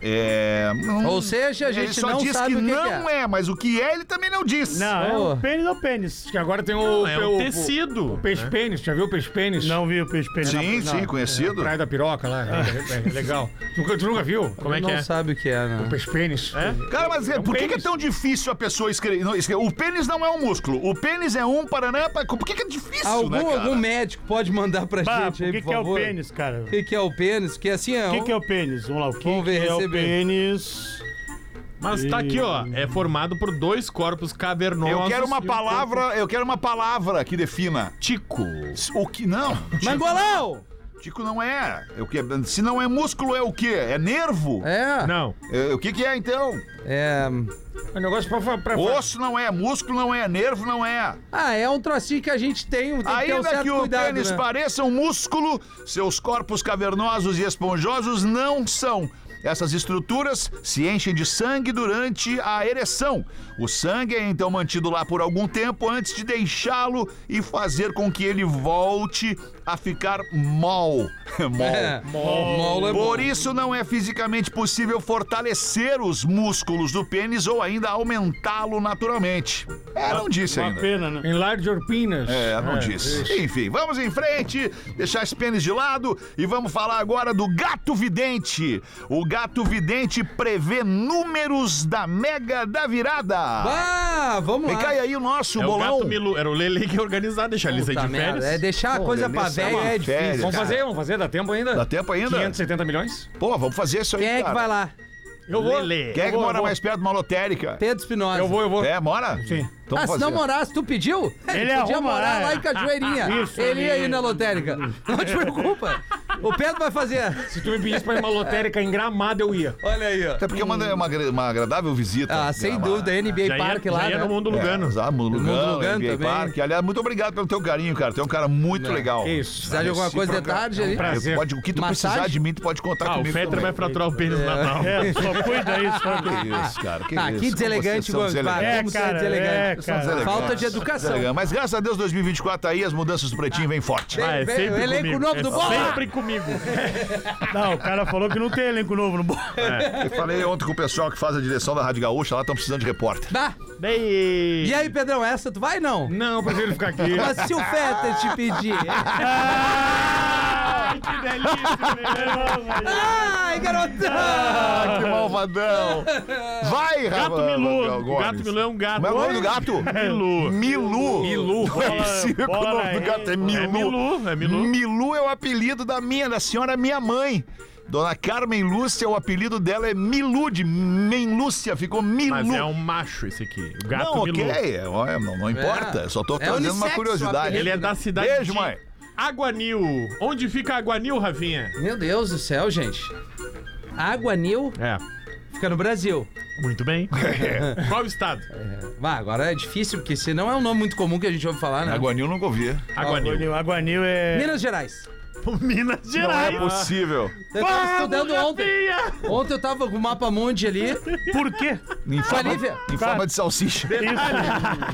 Speaker 3: É, não-
Speaker 5: Ou seja, a
Speaker 3: ele
Speaker 5: gente
Speaker 3: só
Speaker 5: não
Speaker 3: diz
Speaker 5: sabe
Speaker 3: que
Speaker 5: o que, que
Speaker 3: não
Speaker 5: é.
Speaker 3: é. mas o que é ele também não diz.
Speaker 4: Não, é
Speaker 5: Oh.
Speaker 4: o pênis é o pênis.
Speaker 8: Que agora tem o.
Speaker 6: É
Speaker 8: o-
Speaker 6: um
Speaker 8: o-
Speaker 6: tecido.
Speaker 8: O peixe-pênis, já viu o peixe-pênis?
Speaker 4: Não vi o peixe pênis.
Speaker 3: Sim, sim, conhecido.
Speaker 8: Praia da Piroca lá. É, é legal. Nunca, tu nunca viu?
Speaker 6: Como é que
Speaker 5: não
Speaker 6: é?
Speaker 5: sabe o que é, né?
Speaker 8: Peixe-pênis.
Speaker 3: Cara, mas é- por que, que é tão difícil a pessoa escrever? não, escrever- O pênis não é um músculo. O pênis é um paraná. pa- Por que, que é difícil,
Speaker 5: Algum,
Speaker 3: né, cara?
Speaker 5: algum médico pode mandar pra
Speaker 4: Bah, o
Speaker 5: gente aí,
Speaker 4: que,
Speaker 5: por
Speaker 4: que é o
Speaker 5: favor?
Speaker 4: pênis, cara?
Speaker 5: O que, que é o pênis? Que assim é.
Speaker 4: O que, que
Speaker 5: é
Speaker 4: é o pênis? Vamos lá, o que,
Speaker 5: Vamos ver,
Speaker 4: que é o
Speaker 5: receber.
Speaker 4: pênis?
Speaker 6: Mas tá aqui, ó. É formado por dois corpos cavernosos.
Speaker 3: Eu quero
Speaker 6: e
Speaker 3: uma
Speaker 6: um
Speaker 3: palavra, eu quero uma palavra que defina.
Speaker 6: Tico.
Speaker 3: O que não? tipo,
Speaker 5: Mangolão!
Speaker 3: Tico não é. É o que? Se não é músculo é o quê? É nervo?
Speaker 5: É.
Speaker 6: Não.
Speaker 3: É, o que que é então?
Speaker 5: É.
Speaker 8: É um negócio pra. pra, pra
Speaker 3: Osso não é, músculo não é, nervo não é.
Speaker 5: Ah, é um trocinho que a gente tem, tem que ter um
Speaker 3: Ainda
Speaker 5: certo
Speaker 3: que o
Speaker 5: cuidado,
Speaker 3: pênis
Speaker 5: né?
Speaker 3: pareça um músculo, seus corpos cavernosos e esponjosos não são. Essas estruturas se enchem de sangue durante a ereção. O sangue é então mantido lá por algum tempo antes de deixá-lo e fazer com que ele volte a ficar mol. mol.
Speaker 5: É. Molo é bom.
Speaker 3: Por isso não é fisicamente possível fortalecer os músculos do pênis ou ainda aumentá-lo naturalmente. É, não disse
Speaker 4: Uma
Speaker 3: ainda.
Speaker 4: pena, né?
Speaker 8: Enlarge your penis.
Speaker 3: É, não disse. Enfim, vamos em frente, deixar esse pênis de lado e vamos falar agora do gato vidente. O gato vidente prevê números da mega da virada.
Speaker 5: Ah, vamos
Speaker 3: Me
Speaker 5: lá.
Speaker 3: cai aí o nosso
Speaker 6: É o
Speaker 3: bolão.
Speaker 6: gato Milu. Era o Lele que ia organizar, deixar a lista aí
Speaker 5: Puta
Speaker 6: de
Speaker 5: merda,
Speaker 6: férias.
Speaker 5: é deixar a coisa pra
Speaker 3: Lelê,
Speaker 5: velho
Speaker 3: isso é uma
Speaker 5: é difícil.
Speaker 3: férias.
Speaker 8: Vamos fazer, vamos fazer, dá tempo ainda?
Speaker 3: Dá tempo ainda?
Speaker 8: 570 milhões?
Speaker 3: Pô, vamos fazer isso aí.
Speaker 5: Quem é que
Speaker 3: cara.
Speaker 5: vai lá?
Speaker 8: Eu vou.
Speaker 6: Lelê.
Speaker 3: Quem é que
Speaker 8: Eu vou,
Speaker 3: mora
Speaker 8: eu vou.
Speaker 3: mais perto de uma lotérica?
Speaker 5: Pedro Espinosa.
Speaker 8: Eu vou, eu vou.
Speaker 3: É, mora?
Speaker 8: Sim.
Speaker 3: Então
Speaker 5: ah,
Speaker 3: vamos
Speaker 5: se não
Speaker 3: fazer.
Speaker 5: morasse, tu pediu? Ele podia
Speaker 4: arruma,
Speaker 5: morar
Speaker 4: é.
Speaker 5: lá em Cajueirinha.
Speaker 4: Isso,
Speaker 5: ele ia
Speaker 4: ele-
Speaker 5: ir na lotérica. Não te preocupa. O Pedro vai fazer.
Speaker 8: Se tu me pedisse pra ir uma lotérica em Gramado, eu ia.
Speaker 5: Olha aí, ó.
Speaker 3: Até porque é uma, uma, agra- uma agradável visita.
Speaker 5: Ah, sem
Speaker 3: Gramado.
Speaker 5: dúvida, NBA
Speaker 6: Já ia,
Speaker 5: Park lá.
Speaker 6: já ia
Speaker 5: né?
Speaker 6: no mundo
Speaker 3: É,
Speaker 6: Lugano.
Speaker 3: exato, Mundo Lugano,
Speaker 5: Lugano
Speaker 3: NBA
Speaker 5: também.
Speaker 3: Park. Aliás, muito obrigado pelo teu carinho, cara. Tu é um cara muito legal.
Speaker 8: Que isso.
Speaker 5: Precisar de alguma
Speaker 3: Esse
Speaker 5: coisa de
Speaker 3: programa- é um
Speaker 5: tarde ali?
Speaker 3: Eu-
Speaker 8: Prazer.
Speaker 3: Pode, o que tu
Speaker 5: Massagem?
Speaker 3: precisar de mim, tu pode contar
Speaker 6: Ah, o
Speaker 3: comigo.
Speaker 6: Fetter vai
Speaker 3: também.
Speaker 6: fraturar o pênis no Natal.
Speaker 4: É, só cuida isso, só cuida.
Speaker 3: Que isso, cara. Que
Speaker 5: Ah,
Speaker 3: isso.
Speaker 5: que deselegante,
Speaker 3: Como
Speaker 5: Gomes.
Speaker 3: vocês são
Speaker 5: Para,
Speaker 3: deselegantes.
Speaker 5: como você
Speaker 4: É,
Speaker 5: é
Speaker 4: cara,
Speaker 5: deselegante.
Speaker 4: é, cara.
Speaker 3: São
Speaker 5: Falta
Speaker 3: deselegantes.
Speaker 5: de educação.
Speaker 6: um-
Speaker 3: Deselegantes. Mas graças a Deus 2024 tá aí, as mudanças do Pretinho vêm forte.
Speaker 5: Vem,
Speaker 6: Ah, é
Speaker 5: vem,
Speaker 6: sempre
Speaker 5: o elenco
Speaker 6: comigo.
Speaker 5: novo
Speaker 6: É
Speaker 5: do Bola.
Speaker 6: Sempre comigo.
Speaker 4: Não, o cara falou que não tem elenco novo no bolo.
Speaker 3: Eu falei ontem com o pessoal que faz a direção da Rádio Gaúcha, lá estão precisando de repórter.
Speaker 5: Bah.
Speaker 6: Bem...
Speaker 5: E aí, Pedrão, essa tu vai não?
Speaker 8: Não, eu prefiro ficar aqui.
Speaker 5: Mas se o Fetter te pedir.
Speaker 6: Ai, que delícia, meu.
Speaker 5: Ai, garotão!
Speaker 3: Ah, que malvadão! Vai,
Speaker 6: Gato
Speaker 3: Rafael
Speaker 6: Milu.
Speaker 3: Gomes.
Speaker 6: O gato Milu é um gato.
Speaker 3: Como é o nome do gato?
Speaker 6: Milu.
Speaker 3: Milu.
Speaker 6: Milu.
Speaker 3: Não é possível que o
Speaker 4: Bola
Speaker 3: nome do
Speaker 4: na
Speaker 3: gato é
Speaker 6: É Milu, é Milu.
Speaker 3: Milu é o apelido da minha, da senhora minha mãe. Dona Carmen Lúcia, o apelido dela é Milu, de Men Lúcia, ficou Milu.
Speaker 6: Mas é um macho esse aqui. O gato
Speaker 3: não,
Speaker 6: Milu.
Speaker 3: ok, é, ó, não, não importa, eu só tô
Speaker 5: É
Speaker 3: trazendo uma
Speaker 5: unissex,
Speaker 3: curiosidade.
Speaker 5: o
Speaker 6: Ele é da cidade
Speaker 3: Beijo,
Speaker 6: de
Speaker 3: mãe.
Speaker 6: Aguanil. Onde fica Aguanil, Rafinha?
Speaker 5: Meu Deus do céu, gente. Água Nil
Speaker 6: É.
Speaker 5: fica no Brasil.
Speaker 6: Muito bem. Qual estado?
Speaker 5: Bah, agora é difícil, porque esse não é um nome muito comum que a gente ouve falar, né?
Speaker 3: Aguanil nunca ouvi.
Speaker 6: Aguanil.
Speaker 4: O Aguanil é.
Speaker 5: Minas Gerais.
Speaker 6: Minas
Speaker 3: Não
Speaker 6: Gerais.
Speaker 3: é possível.
Speaker 5: Eu tava estudando ontem. Ontem eu tava com o mapa mundi ali.
Speaker 4: Por quê?
Speaker 3: Em forma,
Speaker 5: Olívia.
Speaker 3: em forma de salsicha.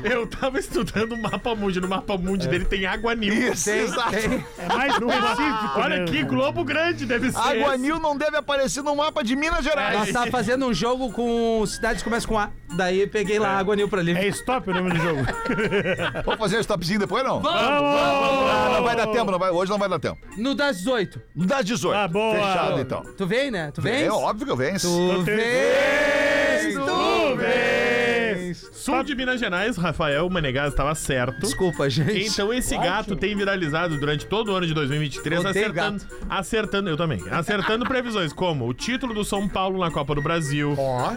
Speaker 6: Eu tava estudando o mapa mundi. No mapa mundi dele tem Aguanil.
Speaker 3: É. Isso, exato.
Speaker 4: É mais específico. né?
Speaker 6: Olha
Speaker 4: mesmo.
Speaker 6: aqui, Globo Grande deve ser.
Speaker 3: Aguanil não deve aparecer no mapa de Minas
Speaker 6: É
Speaker 3: Gerais.
Speaker 5: Nós tava fazendo um jogo com cidades que começam com A. Daí eu peguei lá Água Nil pra ali.
Speaker 4: É stop o nome do jogo.
Speaker 3: Vamos fazer um stopzinho depois, não? Ah, não vai dar tempo, não vai, hoje não vai dar tempo.
Speaker 5: No das 18.
Speaker 3: Das 18.
Speaker 4: Ah, boa.
Speaker 3: Fechado, então.
Speaker 5: Tu vem, né? Tu vem?
Speaker 3: É óbvio que eu venço.
Speaker 5: Tu
Speaker 4: tem-
Speaker 5: vem! Tu
Speaker 6: Sul de Minas Gerais, Rafael Menegas estava certo.
Speaker 5: Desculpa, gente.
Speaker 6: Então esse gato tem viralizado durante todo o ano de 2023,
Speaker 5: Odeio
Speaker 6: acertando, acertando, eu também, acertando previsões como o título do São Paulo na Copa do Brasil,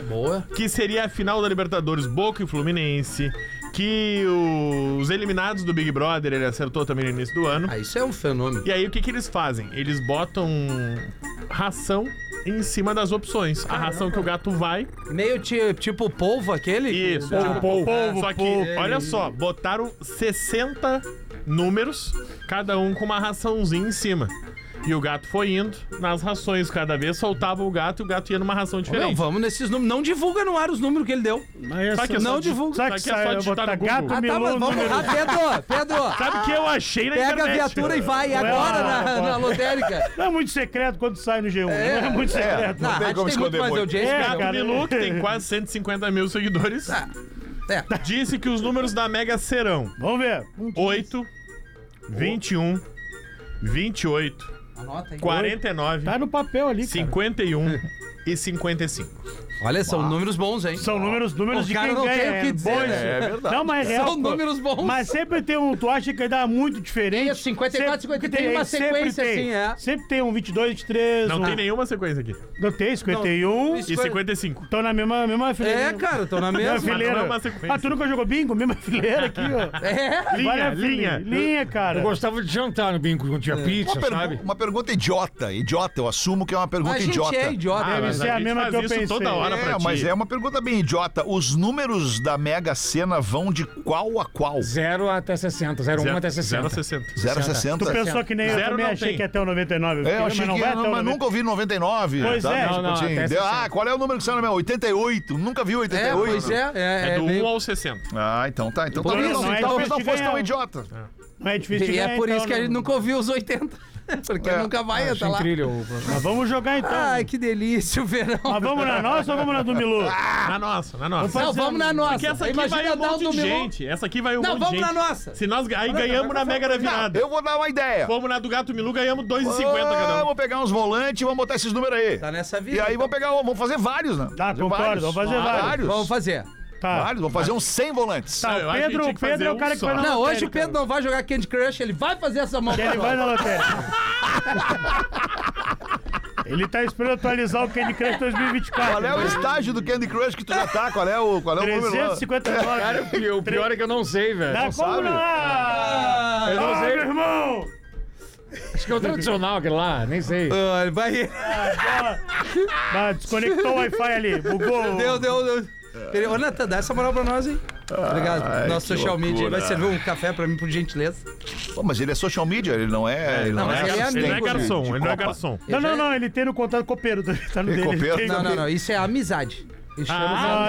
Speaker 5: Boa.
Speaker 6: que seria a final da Libertadores Boca e Fluminense, que o- os eliminados do Big Brother ele acertou também no início do ano.
Speaker 5: Ah, isso é um fenômeno.
Speaker 6: E aí o que, que eles fazem? Eles botam ração em cima das opções. A ração que o gato vai
Speaker 5: Meio ti- tipo polvo aquele?
Speaker 6: Isso,
Speaker 5: Ah,
Speaker 6: tipo polvo.
Speaker 4: polvo,
Speaker 6: Só que,
Speaker 4: polvo.
Speaker 6: olha só, botaram 60 números, cada um com uma raçãozinha em cima. E o gato foi indo nas rações cada vez, soltava o gato e o gato ia numa ração
Speaker 5: Não,
Speaker 6: diferente.
Speaker 5: vamos nesses números. Não divulga no ar os números que ele deu.
Speaker 4: Mas
Speaker 6: Sabe que é
Speaker 4: essa-
Speaker 6: só
Speaker 5: Não
Speaker 6: di-
Speaker 5: divulga.
Speaker 4: Sabe que
Speaker 6: Sabe que é só
Speaker 4: sai, eu vou
Speaker 6: digitar
Speaker 4: botar
Speaker 6: no
Speaker 4: gato
Speaker 6: Google.
Speaker 5: Ah,
Speaker 4: Milu
Speaker 5: tá, mas
Speaker 4: número-
Speaker 5: vamos. Ah, Pedro, Pedro.
Speaker 6: Sabe o que eu achei na
Speaker 5: Pega a
Speaker 6: internet?
Speaker 5: viatura e vai
Speaker 4: Vai
Speaker 5: agora na,
Speaker 4: lá, vai.
Speaker 5: na lotérica.
Speaker 4: Não é muito secreto quando sai no G1. Não é muito secreto.
Speaker 5: Na
Speaker 3: tem como
Speaker 5: rádio tem muito
Speaker 3: esconder
Speaker 5: mais
Speaker 3: muito.
Speaker 5: audiência.
Speaker 4: É,
Speaker 5: que
Speaker 6: Gato
Speaker 5: não.
Speaker 4: cara.
Speaker 6: Milu, que tem quase 150 mil seguidores,
Speaker 5: É.
Speaker 6: disse que os números da Mega serão
Speaker 4: Vamos ver.
Speaker 6: 8, 21, 28,
Speaker 5: Anota aí.
Speaker 6: 49,
Speaker 4: Tá no papel ali, cara.
Speaker 6: 51 e 55.
Speaker 5: Olha, são números bons, hein?
Speaker 4: São números, números
Speaker 5: O
Speaker 4: de
Speaker 5: cara
Speaker 4: quem
Speaker 5: não
Speaker 4: ganha.
Speaker 5: tem o que
Speaker 4: é
Speaker 5: dizer,
Speaker 4: bons.
Speaker 5: né?
Speaker 3: É verdade.
Speaker 4: Não, mas é real.
Speaker 5: São
Speaker 4: pô.
Speaker 5: números bons.
Speaker 4: Mas sempre tem um, tu acha que dá muito diferente.
Speaker 5: Isso, 54, 51, uma
Speaker 4: sempre
Speaker 5: sequência
Speaker 4: tem.
Speaker 5: assim, é.
Speaker 4: Sempre tem um 22, 23,
Speaker 6: Não
Speaker 4: um...
Speaker 6: tem nenhuma sequência aqui.
Speaker 4: Não tem, 51.
Speaker 5: Isso.
Speaker 6: E 55.
Speaker 4: Estão na mesma, mesma fileira.
Speaker 5: É, cara, tô na
Speaker 4: Mesma
Speaker 5: mesma.
Speaker 4: fileira.
Speaker 6: não é uma sequência.
Speaker 4: Ah, tu nunca jogou bingo? Mesma fileira aqui, ó.
Speaker 5: É.
Speaker 4: Linha,
Speaker 6: linha.
Speaker 4: Linha, cara.
Speaker 8: Eu gostava de jantar no bingo quando tinha pizza,
Speaker 3: Uma, pergu-
Speaker 8: sabe?
Speaker 3: uma pergunta idiota, idiota, eu assumo que é uma pergunta
Speaker 5: A gente
Speaker 3: idiota.
Speaker 5: é idiota.
Speaker 6: Ah,
Speaker 5: né?
Speaker 6: mas
Speaker 4: ser a
Speaker 6: gente
Speaker 4: mesma
Speaker 6: faz
Speaker 4: que eu
Speaker 6: isso
Speaker 4: pensei.
Speaker 6: toda hora pra
Speaker 3: É,
Speaker 6: ti.
Speaker 3: mas é uma pergunta bem idiota. Os números da Mega Sena vão de qual a qual?
Speaker 8: 0 até 60, 0, 1
Speaker 6: Zero-
Speaker 8: até 60.
Speaker 6: zero 60.
Speaker 3: 0 a
Speaker 4: Tu
Speaker 3: 60?
Speaker 4: pensou que nem eu
Speaker 6: Zero
Speaker 4: também
Speaker 6: não
Speaker 4: achei
Speaker 6: tem.
Speaker 4: que ia até o 99.
Speaker 3: É, eu achei
Speaker 4: mas não
Speaker 3: que
Speaker 4: vai
Speaker 3: ia,
Speaker 4: até o
Speaker 3: mas
Speaker 4: 99.
Speaker 3: nunca ouvi 99.
Speaker 4: Pois é.
Speaker 3: Tipo
Speaker 8: Não, não,
Speaker 3: assim,
Speaker 8: até
Speaker 3: deu-
Speaker 8: 60.
Speaker 3: ah, qual é o número que você não é? 88. Nunca vi
Speaker 5: É,
Speaker 3: 88.
Speaker 5: pois é. É,
Speaker 6: É,
Speaker 5: é
Speaker 6: do
Speaker 5: meio-
Speaker 6: 1 ao 60.
Speaker 3: Ah, então tá. Então
Speaker 5: Por
Speaker 3: talvez,
Speaker 5: isso,
Speaker 3: não,
Speaker 5: não
Speaker 4: é
Speaker 3: talvez não
Speaker 4: difícil
Speaker 3: fosse tão
Speaker 4: ganhar.
Speaker 3: idiota.
Speaker 4: Não é difícil
Speaker 5: E
Speaker 4: ganhar,
Speaker 5: é por
Speaker 4: então,
Speaker 5: isso que
Speaker 4: não-
Speaker 5: a gente nunca ouviu os 80. Porque
Speaker 3: É.
Speaker 5: nunca vai até
Speaker 8: Achei
Speaker 5: lá.
Speaker 8: incrível. o-
Speaker 4: Mas vamos jogar então.
Speaker 5: Ai, que delícia o verão.
Speaker 4: Mas vamos na nossa ou vamos na do Milu?
Speaker 5: Ah,
Speaker 6: Na nossa, na nossa.
Speaker 5: Não, vamos na nossa.
Speaker 6: Porque essa aqui
Speaker 5: Imagina
Speaker 6: vai
Speaker 5: dar
Speaker 6: um
Speaker 5: o
Speaker 6: monte de
Speaker 5: do Milu.
Speaker 6: gente. Essa aqui vai um
Speaker 5: Não,
Speaker 6: monte de
Speaker 5: vamos
Speaker 6: gente.
Speaker 5: na nossa.
Speaker 6: Se nós ga- aí ganhamos na Mega da Virada.
Speaker 3: Eu vou dar uma ideia.
Speaker 6: Fomos na do Gato Milu, ganhamos 2,50 cada um.
Speaker 3: Vamos pegar uns volantes e vamos botar esses números aí.
Speaker 5: Tá nessa vida.
Speaker 3: E aí vamos pegar, vamos fazer vários, né?
Speaker 4: Tá,
Speaker 3: Fazer
Speaker 4: concordo,
Speaker 3: vários.
Speaker 4: vamos fazer vários.
Speaker 5: Vamos fazer.
Speaker 4: Tá.
Speaker 3: Vários, vamos fazer uns 100 volantes.
Speaker 4: Tá,
Speaker 6: Eu acho que
Speaker 4: o
Speaker 6: a gente
Speaker 4: Pedro,
Speaker 6: tinha
Speaker 4: o
Speaker 6: que
Speaker 4: Pedro
Speaker 6: fazer
Speaker 4: é o cara
Speaker 6: um
Speaker 4: que vai
Speaker 6: só.
Speaker 4: na
Speaker 5: Não, hoje
Speaker 4: lotérica.
Speaker 5: o Pedro não vai jogar Candy Crush, ele vai fazer essa mão.
Speaker 4: Ele vai na lotérica. Ele tá esperando atualizar o Candy Crush 2024.
Speaker 3: Qual é o
Speaker 4: né?
Speaker 3: estágio do Candy Crush que tu já tá? Qual é o, qual é o número? lá?
Speaker 4: 359.
Speaker 8: Cara, o pior- o pior é que eu não sei, velho.
Speaker 4: Dá como
Speaker 3: sabe?
Speaker 4: não? Ah,
Speaker 8: Eu não
Speaker 4: meu
Speaker 8: sei.
Speaker 4: irmão!
Speaker 8: Acho que é o tradicional aquele lá, nem sei.
Speaker 5: Ah, ele vai.
Speaker 4: Ah, desconectou o Wi-Fi ali, bugou.
Speaker 5: Deu, deu, deu. Ele, ô, Nathan, dá essa moral pra nós, hein? Obrigado. Nosso social media aí vai servir um café pra mim, por gentileza.
Speaker 3: Pô, mas ele é social media, ele não é. ele não, é,
Speaker 5: mas ele é
Speaker 3: assistente
Speaker 6: Ele não é
Speaker 5: amigo
Speaker 3: de-
Speaker 6: garçom,
Speaker 3: de
Speaker 6: ele não é
Speaker 3: Copa.
Speaker 6: garçom.
Speaker 4: Não, não, não, ele tem no contato copeiro, tá no
Speaker 3: Tem
Speaker 4: dele.
Speaker 3: copeiro?
Speaker 4: tem
Speaker 5: Não,
Speaker 4: no
Speaker 5: não,
Speaker 4: dele.
Speaker 5: não. Isso é amizade. Ele chama
Speaker 4: Ah,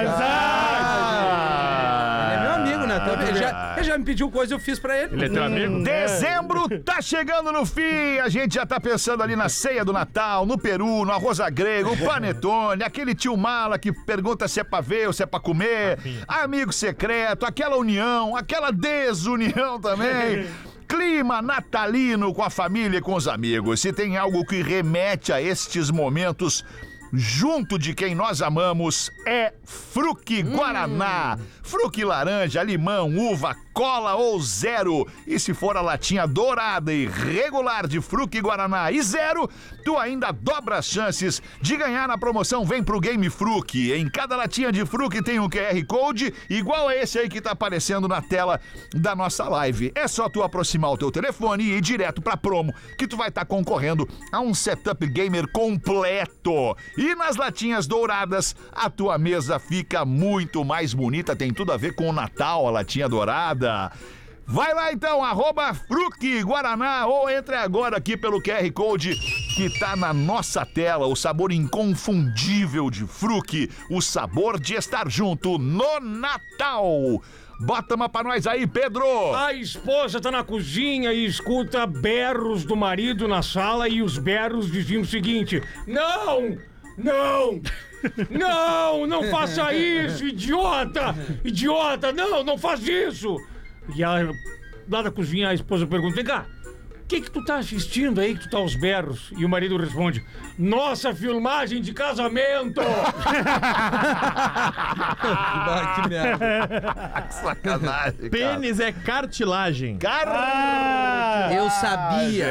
Speaker 3: Ah!
Speaker 5: ele é meu amigo, Natan. Ele já, ele já me pediu coisa, eu fiz pra ele.
Speaker 6: Ele é
Speaker 4: Hum.
Speaker 6: teu amigo?
Speaker 3: Dezembro tá chegando no fim. A gente já tá pensando ali na ceia do Natal, no Peru, no arroz à grego, o panetone, aquele tio mala que pergunta se é pra ver ou se é pra comer, amigo secreto, aquela união, aquela desunião também. Clima natalino com a família e com os amigos. Se tem algo que remete a estes momentos, junto de quem nós amamos é Fruque Guaraná. Fruque laranja, limão, uva, cola ou zero. E se for a latinha dourada e regular de Fruque Guaraná e zero, tu ainda dobra as chances de ganhar na promoção Vem pro Game Fruque. Em cada latinha de Fruque tem um QR Code igual a esse aí que tá aparecendo na tela da nossa live. É só tu aproximar o teu telefone e ir direto pra promo que tu vai estar concorrendo a um setup gamer completo. E nas latinhas douradas, a tua mesa fica muito mais bonita, tem tudo a ver com o Natal, a latinha dourada. Vai lá então, arroba Fruc Guaraná ou entre agora aqui pelo QR Code que tá na nossa tela. O sabor inconfundível de Fruc, o sabor de estar junto no Natal. Bota uma pra nós aí, Pedro!
Speaker 8: A esposa tá na cozinha e escuta berros do marido na sala e os berros diziam o seguinte: Não! Não! Não! Não faça isso, idiota! Idiota! Não, não faz isso! E a, lá da cozinha a esposa pergunta: Vem cá, o que que tu tá assistindo aí que tu tá aos berros? E o marido responde: Nossa filmagem de casamento!
Speaker 5: Ah, que merda.
Speaker 3: Sacanagem, cara.
Speaker 6: Pênis é cartilagem.
Speaker 4: Ah,
Speaker 5: Eu sabia.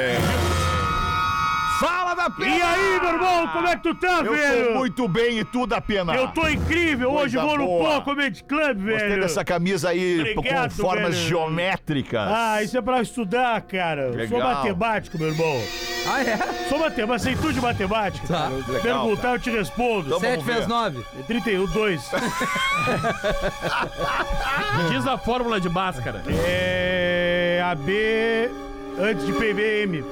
Speaker 3: Fala da pena!
Speaker 4: e aí, meu irmão, como é que tu tá,
Speaker 3: Eu
Speaker 4: velho?
Speaker 3: tô muito bem e tudo a pena.
Speaker 4: Eu tô incrível, hoje
Speaker 3: Coisa
Speaker 4: vou no
Speaker 3: boa.
Speaker 4: Pó Comedy Club, velho.
Speaker 3: Gostei dessa camisa aí
Speaker 4: Obrigado,
Speaker 3: com formas
Speaker 4: velho.
Speaker 3: geométricas.
Speaker 4: Ah, isso é pra estudar, cara. Eu Sou
Speaker 3: Legal.
Speaker 4: matemático, meu irmão.
Speaker 5: Ah, é?
Speaker 4: Sou matemático, sei tudo de matemática.
Speaker 5: Tá.
Speaker 3: Legal,
Speaker 4: Perguntar,
Speaker 3: cara.
Speaker 4: eu te respondo.
Speaker 3: Então
Speaker 5: Sete
Speaker 3: vamos ver.
Speaker 5: vezes nove.
Speaker 4: 31, 2. Hum.
Speaker 6: Me Diz a fórmula de Bhaskara.
Speaker 4: É. AB antes de PVM.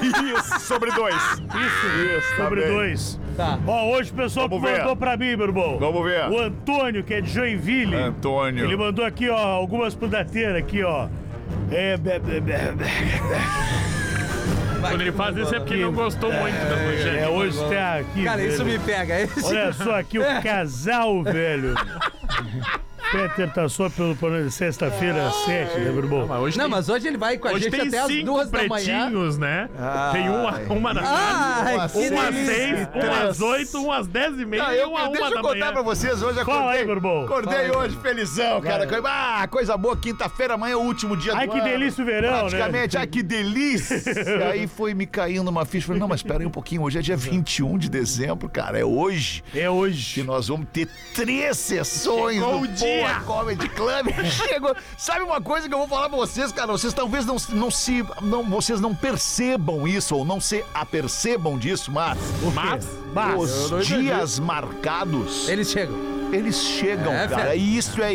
Speaker 3: Isso, sobre dois.
Speaker 4: Isso,
Speaker 3: Isso, tá
Speaker 4: sobre
Speaker 3: bem.
Speaker 4: dois.
Speaker 5: Tá.
Speaker 4: Ó, hoje o pessoal
Speaker 3: Vamos
Speaker 4: que
Speaker 3: ver.
Speaker 4: mandou pra mim, meu irmão.
Speaker 3: Vamos ver.
Speaker 4: O Antônio, que é de Joinville.
Speaker 3: Antônio.
Speaker 4: Ele mandou aqui, ó, algumas pudateiras aqui, ó. É, be- be- be- be-
Speaker 5: Quando
Speaker 10: Ele faz isso é porque ele não gostou muito da
Speaker 4: é,
Speaker 10: manchete.
Speaker 4: hoje tá aqui.
Speaker 5: Cara, isso
Speaker 4: velho.
Speaker 5: me pega. Esse...
Speaker 4: Olha só aqui o
Speaker 5: É.
Speaker 4: casal, velho. Peter tá só pelo plano de
Speaker 10: Ah.
Speaker 4: sexta-feira às sete, né, meu irmão?
Speaker 10: Mas hoje
Speaker 5: Não,
Speaker 10: tem,
Speaker 5: mas hoje ele vai com a
Speaker 10: hoje
Speaker 5: gente
Speaker 10: tem
Speaker 5: até as
Speaker 10: cinco
Speaker 5: duas da manhã.
Speaker 10: pretinhos, né? tem uma, uma na
Speaker 4: Ah,
Speaker 5: Ai, que
Speaker 10: uma às
Speaker 5: delícia.
Speaker 10: seis, uma às oito, uma às dez e meia
Speaker 3: Ah,
Speaker 10: e
Speaker 3: eu,
Speaker 10: uma à
Speaker 3: eu, deixa
Speaker 10: uma
Speaker 3: eu
Speaker 10: da
Speaker 3: contar pra
Speaker 10: manhã.
Speaker 3: vocês hoje. Acordei,
Speaker 4: Fala aí, meu irmão.
Speaker 3: acordei hoje, felizão, cara. Coisa- Ah, coisa boa, quinta-feira, amanhã é o último dia
Speaker 4: Ai,
Speaker 3: do
Speaker 4: que
Speaker 3: ano.
Speaker 4: delícia o verão, né?
Speaker 3: Praticamente, ai, que delícia. aí foi me caindo uma ficha. Falei, não, mas pera aí um pouquinho. Hoje é dia 21 de dezembro, cara. É hoje
Speaker 4: É hoje.
Speaker 3: que nós vamos ter três sessões
Speaker 10: Chegou
Speaker 3: do
Speaker 10: o dia.
Speaker 3: Poa Comedy Club. Chegou. Sabe uma coisa que eu vou falar pra vocês, cara? Vocês talvez não, não se... Não, vocês não percebam isso ou não se apercebam disso, mas...
Speaker 10: Mas,
Speaker 3: Os dias marcados
Speaker 5: Eles chegam.
Speaker 3: eles chegam,
Speaker 5: É,
Speaker 3: cara.
Speaker 5: fera.
Speaker 3: E isso é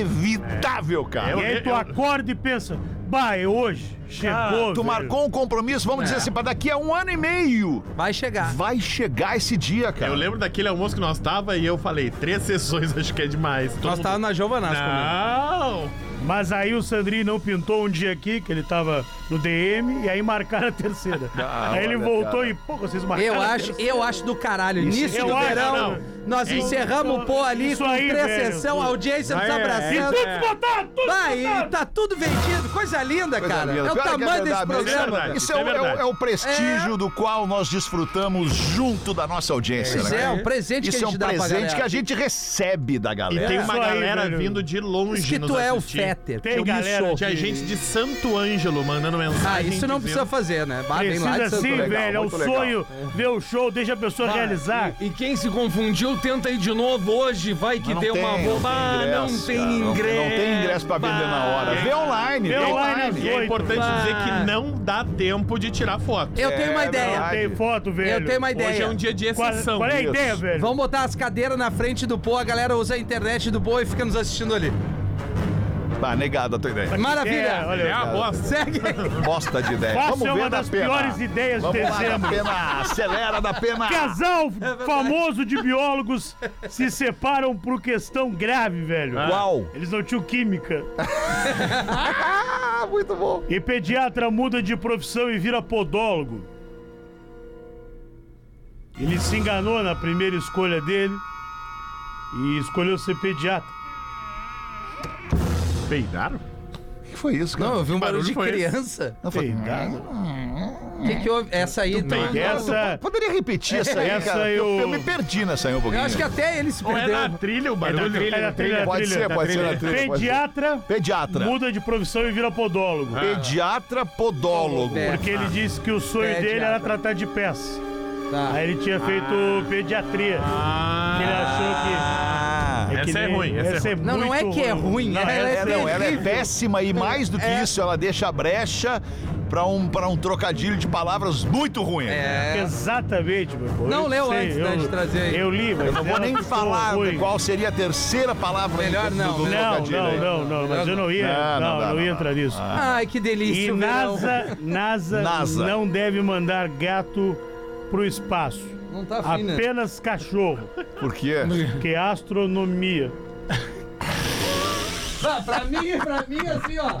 Speaker 3: inevitável, cara.
Speaker 4: E aí tu acorda e pensa, bah, é hoje. Chegou,
Speaker 3: Tu
Speaker 4: velho.
Speaker 3: marcou um compromisso, vamos dizer assim, pra daqui a um ano e meio
Speaker 5: Vai chegar.
Speaker 3: vai chegar esse dia,
Speaker 4: Tá.
Speaker 3: cara.
Speaker 6: Eu lembro daquele almoço que nós tava e eu falei, três sessões acho que é demais. Todo
Speaker 5: Nós
Speaker 6: mundo-
Speaker 5: tava na Giovanasco. né?
Speaker 6: Não!
Speaker 4: Mas aí o Sandrinho não pintou um dia aqui, que ele tava no DM, e aí marcaram a terceira.
Speaker 10: Ah,
Speaker 4: aí ele voltou e, pô, vocês marcaram
Speaker 5: Eu
Speaker 4: a
Speaker 5: acho, eu acho do caralho. Início
Speaker 4: eu
Speaker 5: do
Speaker 4: acho,
Speaker 5: verão,
Speaker 4: não.
Speaker 5: nós
Speaker 4: É,
Speaker 5: encerramos
Speaker 4: isso-
Speaker 5: o pô ali
Speaker 4: isso
Speaker 5: com
Speaker 4: aí, velho.
Speaker 5: precessão, a audiência nos
Speaker 4: terceira.
Speaker 5: abraçando.
Speaker 4: Ah, é. E tudo desbotado, tudo
Speaker 5: Vai, e
Speaker 4: desbotado.
Speaker 5: tá tudo vendido. Coisa linda, cara.
Speaker 3: linda.
Speaker 5: É o
Speaker 3: Cara, que é
Speaker 5: tamanho desse
Speaker 3: verdade, isso é
Speaker 5: programa.
Speaker 6: verdade.
Speaker 5: cara.
Speaker 3: Isso é,
Speaker 6: Isso é
Speaker 3: o- é o,
Speaker 6: verdade.
Speaker 3: é o prestígio do qual nós desfrutamos junto da nossa audiência,
Speaker 5: Pois
Speaker 3: né,
Speaker 5: é,
Speaker 3: cara?
Speaker 5: um presente
Speaker 3: Isso
Speaker 5: que a
Speaker 3: é
Speaker 5: gente
Speaker 3: um
Speaker 5: dá pra
Speaker 3: presente
Speaker 5: galera.
Speaker 3: que a gente recebe da
Speaker 6: E
Speaker 3: galera.
Speaker 6: tem uma
Speaker 4: Isso É aí,
Speaker 6: galera
Speaker 4: velho.
Speaker 6: vindo de longe
Speaker 5: Diz que
Speaker 6: nos
Speaker 5: tu é o
Speaker 6: assistir.
Speaker 5: Fetter.
Speaker 4: Tem galera
Speaker 6: Tinha
Speaker 4: que-
Speaker 6: gente de Santo Ângelo mandando mensagem.
Speaker 5: Ah, isso não precisa
Speaker 6: dizendo-
Speaker 5: fazer, né? Bah, vem lá de
Speaker 4: Precisa
Speaker 5: Santo
Speaker 4: sim,
Speaker 5: Legal.
Speaker 4: velho. É o
Speaker 3: muito legal.
Speaker 4: sonho. Ver o show, deixa a pessoa realizar.
Speaker 8: E, e quem se confundiu, tenta ir de novo hoje, vai que deu uma boba. Ah, Não tem
Speaker 3: cara, não-
Speaker 8: ingresso.
Speaker 3: Não tem ingresso pra vender na hora. Vê online,
Speaker 4: Vê
Speaker 3: vê
Speaker 4: online
Speaker 3: online.
Speaker 4: às
Speaker 6: E é
Speaker 4: oito.
Speaker 6: importante dizer que não dá tempo de tirar foto.
Speaker 5: Eu tenho uma
Speaker 3: É
Speaker 5: ideia.
Speaker 3: verdade.
Speaker 4: Tem foto, velho.
Speaker 5: Eu tenho uma ideia.
Speaker 6: Hoje é um dia de
Speaker 4: Qual,
Speaker 6: exceção.
Speaker 4: qual é a
Speaker 3: Isso.
Speaker 4: ideia, velho?
Speaker 5: Vamos botar as cadeiras na frente do Pô, a galera usa a internet do Pô e fica nos assistindo ali.
Speaker 3: Tá, negado a tua ideia.
Speaker 4: É,
Speaker 5: Maravilha!
Speaker 6: É
Speaker 4: olha.
Speaker 6: a bosta.
Speaker 5: Segue!
Speaker 3: Bosta de ideia.
Speaker 4: Faça
Speaker 3: É, Vamos ver
Speaker 4: é uma
Speaker 3: da
Speaker 4: das
Speaker 3: pena.
Speaker 4: piores ideias de
Speaker 3: Vamos lá, da
Speaker 4: dezembro.
Speaker 3: pena. É Acelera da pena.
Speaker 4: Casal famoso de biólogos se separam por questão grave, velho.
Speaker 3: Ah. Qual?
Speaker 4: Eles não tinham química.
Speaker 3: Ah, muito bom.
Speaker 4: E pediatra muda de profissão e vira podólogo. Ele se enganou na primeira escolha dele e escolheu ser pediatra.
Speaker 6: Peidaram?
Speaker 3: O que foi isso, cara?
Speaker 5: Não, eu vi um barulho de
Speaker 6: foi esse?
Speaker 5: criança.
Speaker 3: Não, foi...
Speaker 5: O que, que houve? Essa aí. tá- tu-
Speaker 6: bem.
Speaker 4: Essa
Speaker 3: Poderia repetir essa aí,
Speaker 4: Essa
Speaker 3: cara?
Speaker 4: eu-
Speaker 3: Eu... eu me perdi nessa aí um pouquinho.
Speaker 5: Eu acho que até ele se
Speaker 6: Ou é
Speaker 5: perdeu.
Speaker 6: na trilha o barulho?
Speaker 4: era trilha,
Speaker 3: Pode
Speaker 4: trilha.
Speaker 3: ser, pode ser na trilha. pode ser.
Speaker 4: Pediatra
Speaker 3: Pediatra. Ah.
Speaker 4: muda de profissão e vira podólogo.
Speaker 3: Pediatra podólogo.
Speaker 5: É.
Speaker 4: Porque ele disse que o sonho
Speaker 5: Pediatra.
Speaker 4: dele era tratar de pés.
Speaker 5: Tá.
Speaker 4: Aí ele tinha feito pediatria.
Speaker 6: Ah,
Speaker 4: que ele achou
Speaker 3: Ah.
Speaker 4: que. que
Speaker 6: Essa é
Speaker 4: nem-
Speaker 6: ruim, essa é
Speaker 4: essa é
Speaker 5: Não, não é
Speaker 4: muito
Speaker 5: que é ruim, ela é
Speaker 3: É, não, ela é
Speaker 5: terrível.
Speaker 3: péssima e mais do que
Speaker 5: É.
Speaker 3: isso, ela deixa brecha pra um, pra um trocadilho de palavras muito ruim.
Speaker 5: É.
Speaker 4: Exatamente, meu irmão.
Speaker 5: Não
Speaker 4: Eu
Speaker 5: leu
Speaker 4: sei,
Speaker 5: antes, né,
Speaker 4: eu-
Speaker 5: de trazer aí.
Speaker 4: Eu li, mas.
Speaker 3: Eu não vou
Speaker 4: ela
Speaker 3: nem
Speaker 4: ficou
Speaker 3: falar
Speaker 4: ruim.
Speaker 3: qual seria a terceira palavra
Speaker 5: Melhor
Speaker 3: do,
Speaker 5: não,
Speaker 3: do
Speaker 5: melhor
Speaker 4: Não,
Speaker 3: trocadilho aí.
Speaker 4: não, não, não, mas eu não ia.
Speaker 3: Não, não
Speaker 4: Não,
Speaker 3: dá,
Speaker 4: não ia
Speaker 3: não
Speaker 4: entrar nisso.
Speaker 5: Ah. Ai, que delícia.
Speaker 4: E
Speaker 5: o verão.
Speaker 4: NASA, NASA,
Speaker 3: NASA.
Speaker 4: não deve mandar gato pro espaço.
Speaker 5: Não tá afim, né?
Speaker 4: Apenas cachorro,
Speaker 3: Por quê?
Speaker 4: que é astronomia.
Speaker 5: Ah, pra mim, pra mim, assim, ó.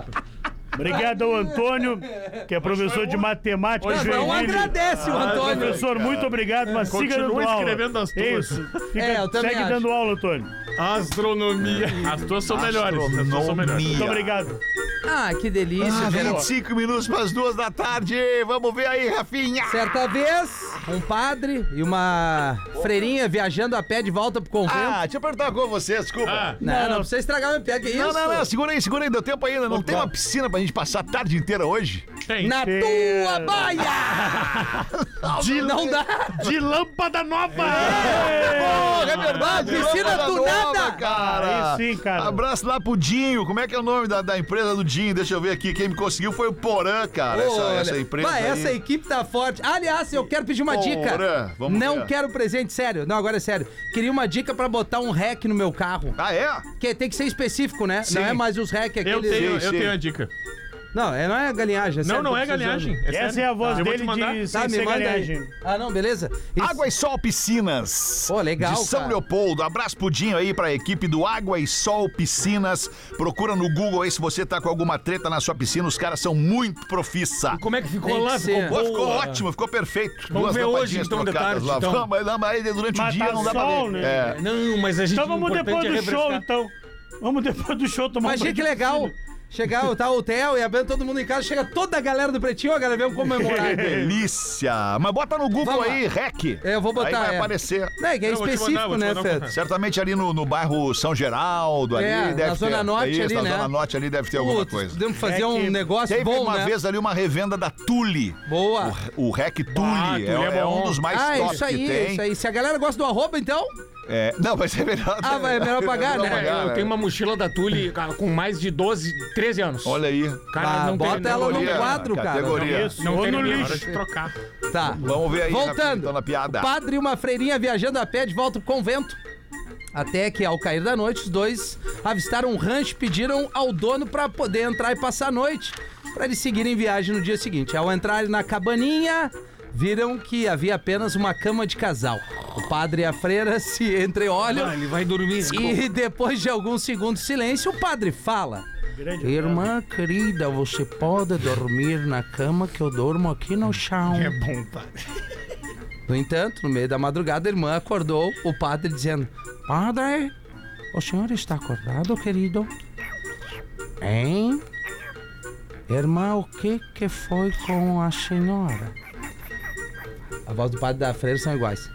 Speaker 4: Obrigado ao Antônio, que é professor de matemática.
Speaker 5: Não, não
Speaker 4: Joinville.
Speaker 5: agradece o Antônio.
Speaker 4: é Professor, muito obrigado, mas siga dando
Speaker 6: Continua
Speaker 4: aula.
Speaker 6: escrevendo as tuas.
Speaker 4: Isso. Fica,
Speaker 5: É, eu também
Speaker 4: segue
Speaker 5: acho.
Speaker 4: dando aula, Antônio. Muito
Speaker 6: Astronomia. As tuas são melhores. As tuas são melhores.
Speaker 3: Astronomia.
Speaker 4: obrigado.
Speaker 5: Ah, que delícia, verão.
Speaker 3: 25 minutos para as duas da tarde. Vamos ver aí, Rafinha.
Speaker 5: Certa vez, um padre e uma freirinha viajando a pé de volta pro convento.
Speaker 3: Ah, deixa eu perguntar com você, desculpa.
Speaker 6: Ah,
Speaker 5: não, não, precisa estragar minha piada, que isso?
Speaker 3: Não, não, assim, não, segura aí, segura aí, deu tempo ainda. Não tem uma piscina pra gente passar a tarde inteira hoje?
Speaker 6: tem.
Speaker 5: Na tua baia! De não dá!
Speaker 6: De lâmpada nova!
Speaker 3: Porra, é verdade,
Speaker 5: Ah, piscina
Speaker 3: lâmpada
Speaker 5: do
Speaker 3: nova,
Speaker 5: nada.
Speaker 3: cara.
Speaker 4: Aí sim, cara.
Speaker 3: Abraço lá pro Dinho. Como é que é o nome da, da empresa do Dinho? Deixa eu ver aqui. Quem me conseguiu foi o Porã, cara. Essa,
Speaker 5: Olha,
Speaker 3: essa empresa.
Speaker 5: vai,
Speaker 3: aí.
Speaker 5: essa equipe tá forte. Aliás, eu quero pedir uma
Speaker 3: Porra,
Speaker 5: dica.
Speaker 3: vamos
Speaker 5: não
Speaker 3: ver.
Speaker 5: quero presente, sério. Não, agora é sério. Queria uma dica pra botar um rec no meu carro.
Speaker 3: Ah, é?
Speaker 5: Que tem que ser específico, né? Não é mais os rec
Speaker 6: Eu
Speaker 5: aqueles.
Speaker 6: tenho,
Speaker 3: Sim,
Speaker 6: eu
Speaker 3: sim.
Speaker 6: tenho a dica.
Speaker 5: Não, é, não é galinhagem. é
Speaker 10: Não,
Speaker 5: sério
Speaker 10: não
Speaker 5: que eu
Speaker 10: é
Speaker 5: tô precisando.
Speaker 10: galinhagem.
Speaker 4: Essa
Speaker 10: sério.
Speaker 4: é a voz
Speaker 6: Ah,
Speaker 10: Eu vou te
Speaker 4: dele
Speaker 10: mandar.
Speaker 4: de
Speaker 5: Tá,
Speaker 4: sem
Speaker 5: me
Speaker 4: ser
Speaker 5: manda aí.
Speaker 4: galinhagem.
Speaker 5: Ah, não, beleza. Isso-
Speaker 3: Água e Sol Piscinas.
Speaker 5: Pô, legal,
Speaker 3: De São
Speaker 5: cara.
Speaker 3: Leopoldo. Abraço pudinho aí pra equipe do Água e Sol Piscinas. Procura no Google aí se você tá com alguma treta na sua piscina. Os caras são muito profissa.
Speaker 8: Como é que ficou
Speaker 5: Tem
Speaker 8: lá?
Speaker 5: que
Speaker 8: Ficou
Speaker 5: ser.
Speaker 3: Pô,
Speaker 8: boa?
Speaker 3: ficou ótimo, ficou perfeito.
Speaker 8: Vamos ver hoje, então, de tarde,
Speaker 3: lá.
Speaker 8: então.
Speaker 3: Vamos, mas- mas durante
Speaker 4: Mas
Speaker 3: o dia
Speaker 4: tá
Speaker 3: não dá pra
Speaker 4: sol,
Speaker 3: ver.
Speaker 4: né?
Speaker 3: É.
Speaker 8: Não, mas a gente
Speaker 4: Então vamos
Speaker 8: o importante
Speaker 4: depois
Speaker 8: é
Speaker 4: do show,
Speaker 8: refrescar.
Speaker 4: então. Vamos depois do show tomar um
Speaker 5: Imagina
Speaker 4: banho
Speaker 5: que
Speaker 4: de
Speaker 5: legal.
Speaker 4: piscina.
Speaker 5: Chegar, tá o hotel e abrindo todo mundo em casa, chega toda a galera do Pretinho, ó, galera, vamos comemorar.
Speaker 3: Delícia! Mas bota no Google
Speaker 5: Vamos lá.
Speaker 3: aí, REC.
Speaker 5: É, eu vou botar,
Speaker 3: Aí vai
Speaker 5: é.
Speaker 3: aparecer.
Speaker 5: Não, é que é
Speaker 10: Eu vou te mandar,
Speaker 5: específico,
Speaker 10: vou te
Speaker 5: né,
Speaker 10: mandar um
Speaker 5: Fed?
Speaker 10: contato.
Speaker 3: Certamente ali no, no bairro São Geraldo, ali
Speaker 5: É, na
Speaker 3: deve ter.
Speaker 5: Zona Norte
Speaker 3: Isso,
Speaker 5: ali,
Speaker 3: na
Speaker 5: né?
Speaker 3: Zona Norte ali deve ter alguma
Speaker 5: Putz,
Speaker 3: coisa.
Speaker 5: podemos fazer
Speaker 4: É
Speaker 5: um
Speaker 4: que
Speaker 5: negócio
Speaker 3: Teve
Speaker 5: bom,
Speaker 3: uma
Speaker 5: né?
Speaker 3: vez ali uma revenda da Tule.
Speaker 5: Boa.
Speaker 3: O REC Tule
Speaker 10: Tule
Speaker 3: é,
Speaker 10: é
Speaker 3: é
Speaker 10: bom.
Speaker 3: um dos mais
Speaker 5: ah,
Speaker 3: top
Speaker 5: isso
Speaker 3: que
Speaker 5: aí,
Speaker 3: tem.
Speaker 5: isso aí. Se a galera gosta do arroba, então,
Speaker 3: É, não, mas é melhor.
Speaker 5: Ah, vai, é melhor pagar, né?
Speaker 8: É, eu
Speaker 3: né?
Speaker 8: tenho uma mochila da Tule cara, com mais de 12, 13 anos.
Speaker 3: Olha aí.
Speaker 8: Cara,
Speaker 5: Ah,
Speaker 8: não
Speaker 5: bota
Speaker 8: tem,
Speaker 5: ela
Speaker 8: não,
Speaker 5: no
Speaker 8: tem-
Speaker 5: quadro, cara.
Speaker 3: categoria.
Speaker 4: Isso,
Speaker 8: Não
Speaker 4: ou
Speaker 8: tem
Speaker 4: no
Speaker 8: ninguém.
Speaker 4: lixo.
Speaker 10: Trocar.
Speaker 5: tá.
Speaker 3: Vamos ver aí, rapidinho,
Speaker 5: Voltando.
Speaker 3: então, na piada.
Speaker 5: O padre e uma freirinha viajando a pé de volta pro convento. Até que, ao cair da noite, os dois avistaram um rancho e pediram ao dono pra poder entrar e passar a noite, pra eles seguirem viagem no dia seguinte. Ao entrarem na cabaninha, viram que havia apenas uma cama de casal. O padre e a freira se entreolham
Speaker 8: Ah, ele vai dormir.
Speaker 5: e, depois de alguns segundos de silêncio, o padre fala:
Speaker 4: Grande
Speaker 5: Irmã querida, você pode dormir na cama que eu dormo aqui no chão.
Speaker 8: É bom, padre.
Speaker 5: No entanto, no meio da madrugada, a irmã acordou o padre dizendo: Padre, o senhor está acordado, querido? Hein? Irmã, o que que foi com a senhora? A voz do padre e da freira são iguais.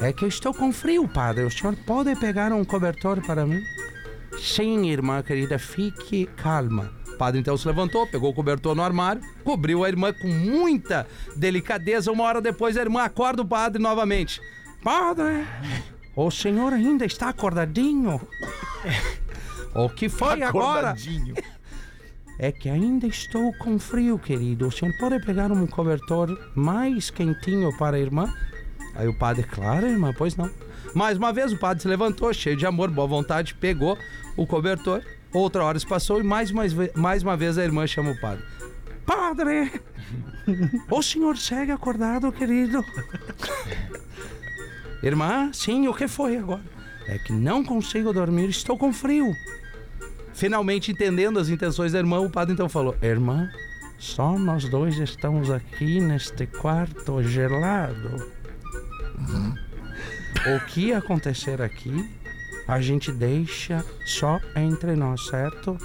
Speaker 5: É que eu estou com frio, padre. O senhor pode pegar um cobertor para mim? Sim, irmã querida, fique calma. O padre então se levantou, pegou o cobertor no armário, cobriu a irmã com muita delicadeza. Uma hora depois, a irmã acorda o padre novamente. Padre, o senhor ainda está acordadinho? O que foi agora? É que ainda estou com frio, querido. O senhor pode pegar um cobertor mais quentinho para a irmã? Aí o padre, claro, irmã, pois não. Mais uma vez o padre se levantou, cheio de amor, boa vontade, pegou o cobertor. Outra hora se passou e mais uma, ve- mais uma vez a irmã chama o padre. Padre! o senhor segue acordado, querido? irmã, sim, o que foi agora? É que não consigo dormir, estou com frio. Finalmente entendendo as intenções da irmã, o padre então falou: Irmã, só nós dois estamos aqui neste quarto gelado. O que acontecer aqui, a gente deixa só entre nós, certo?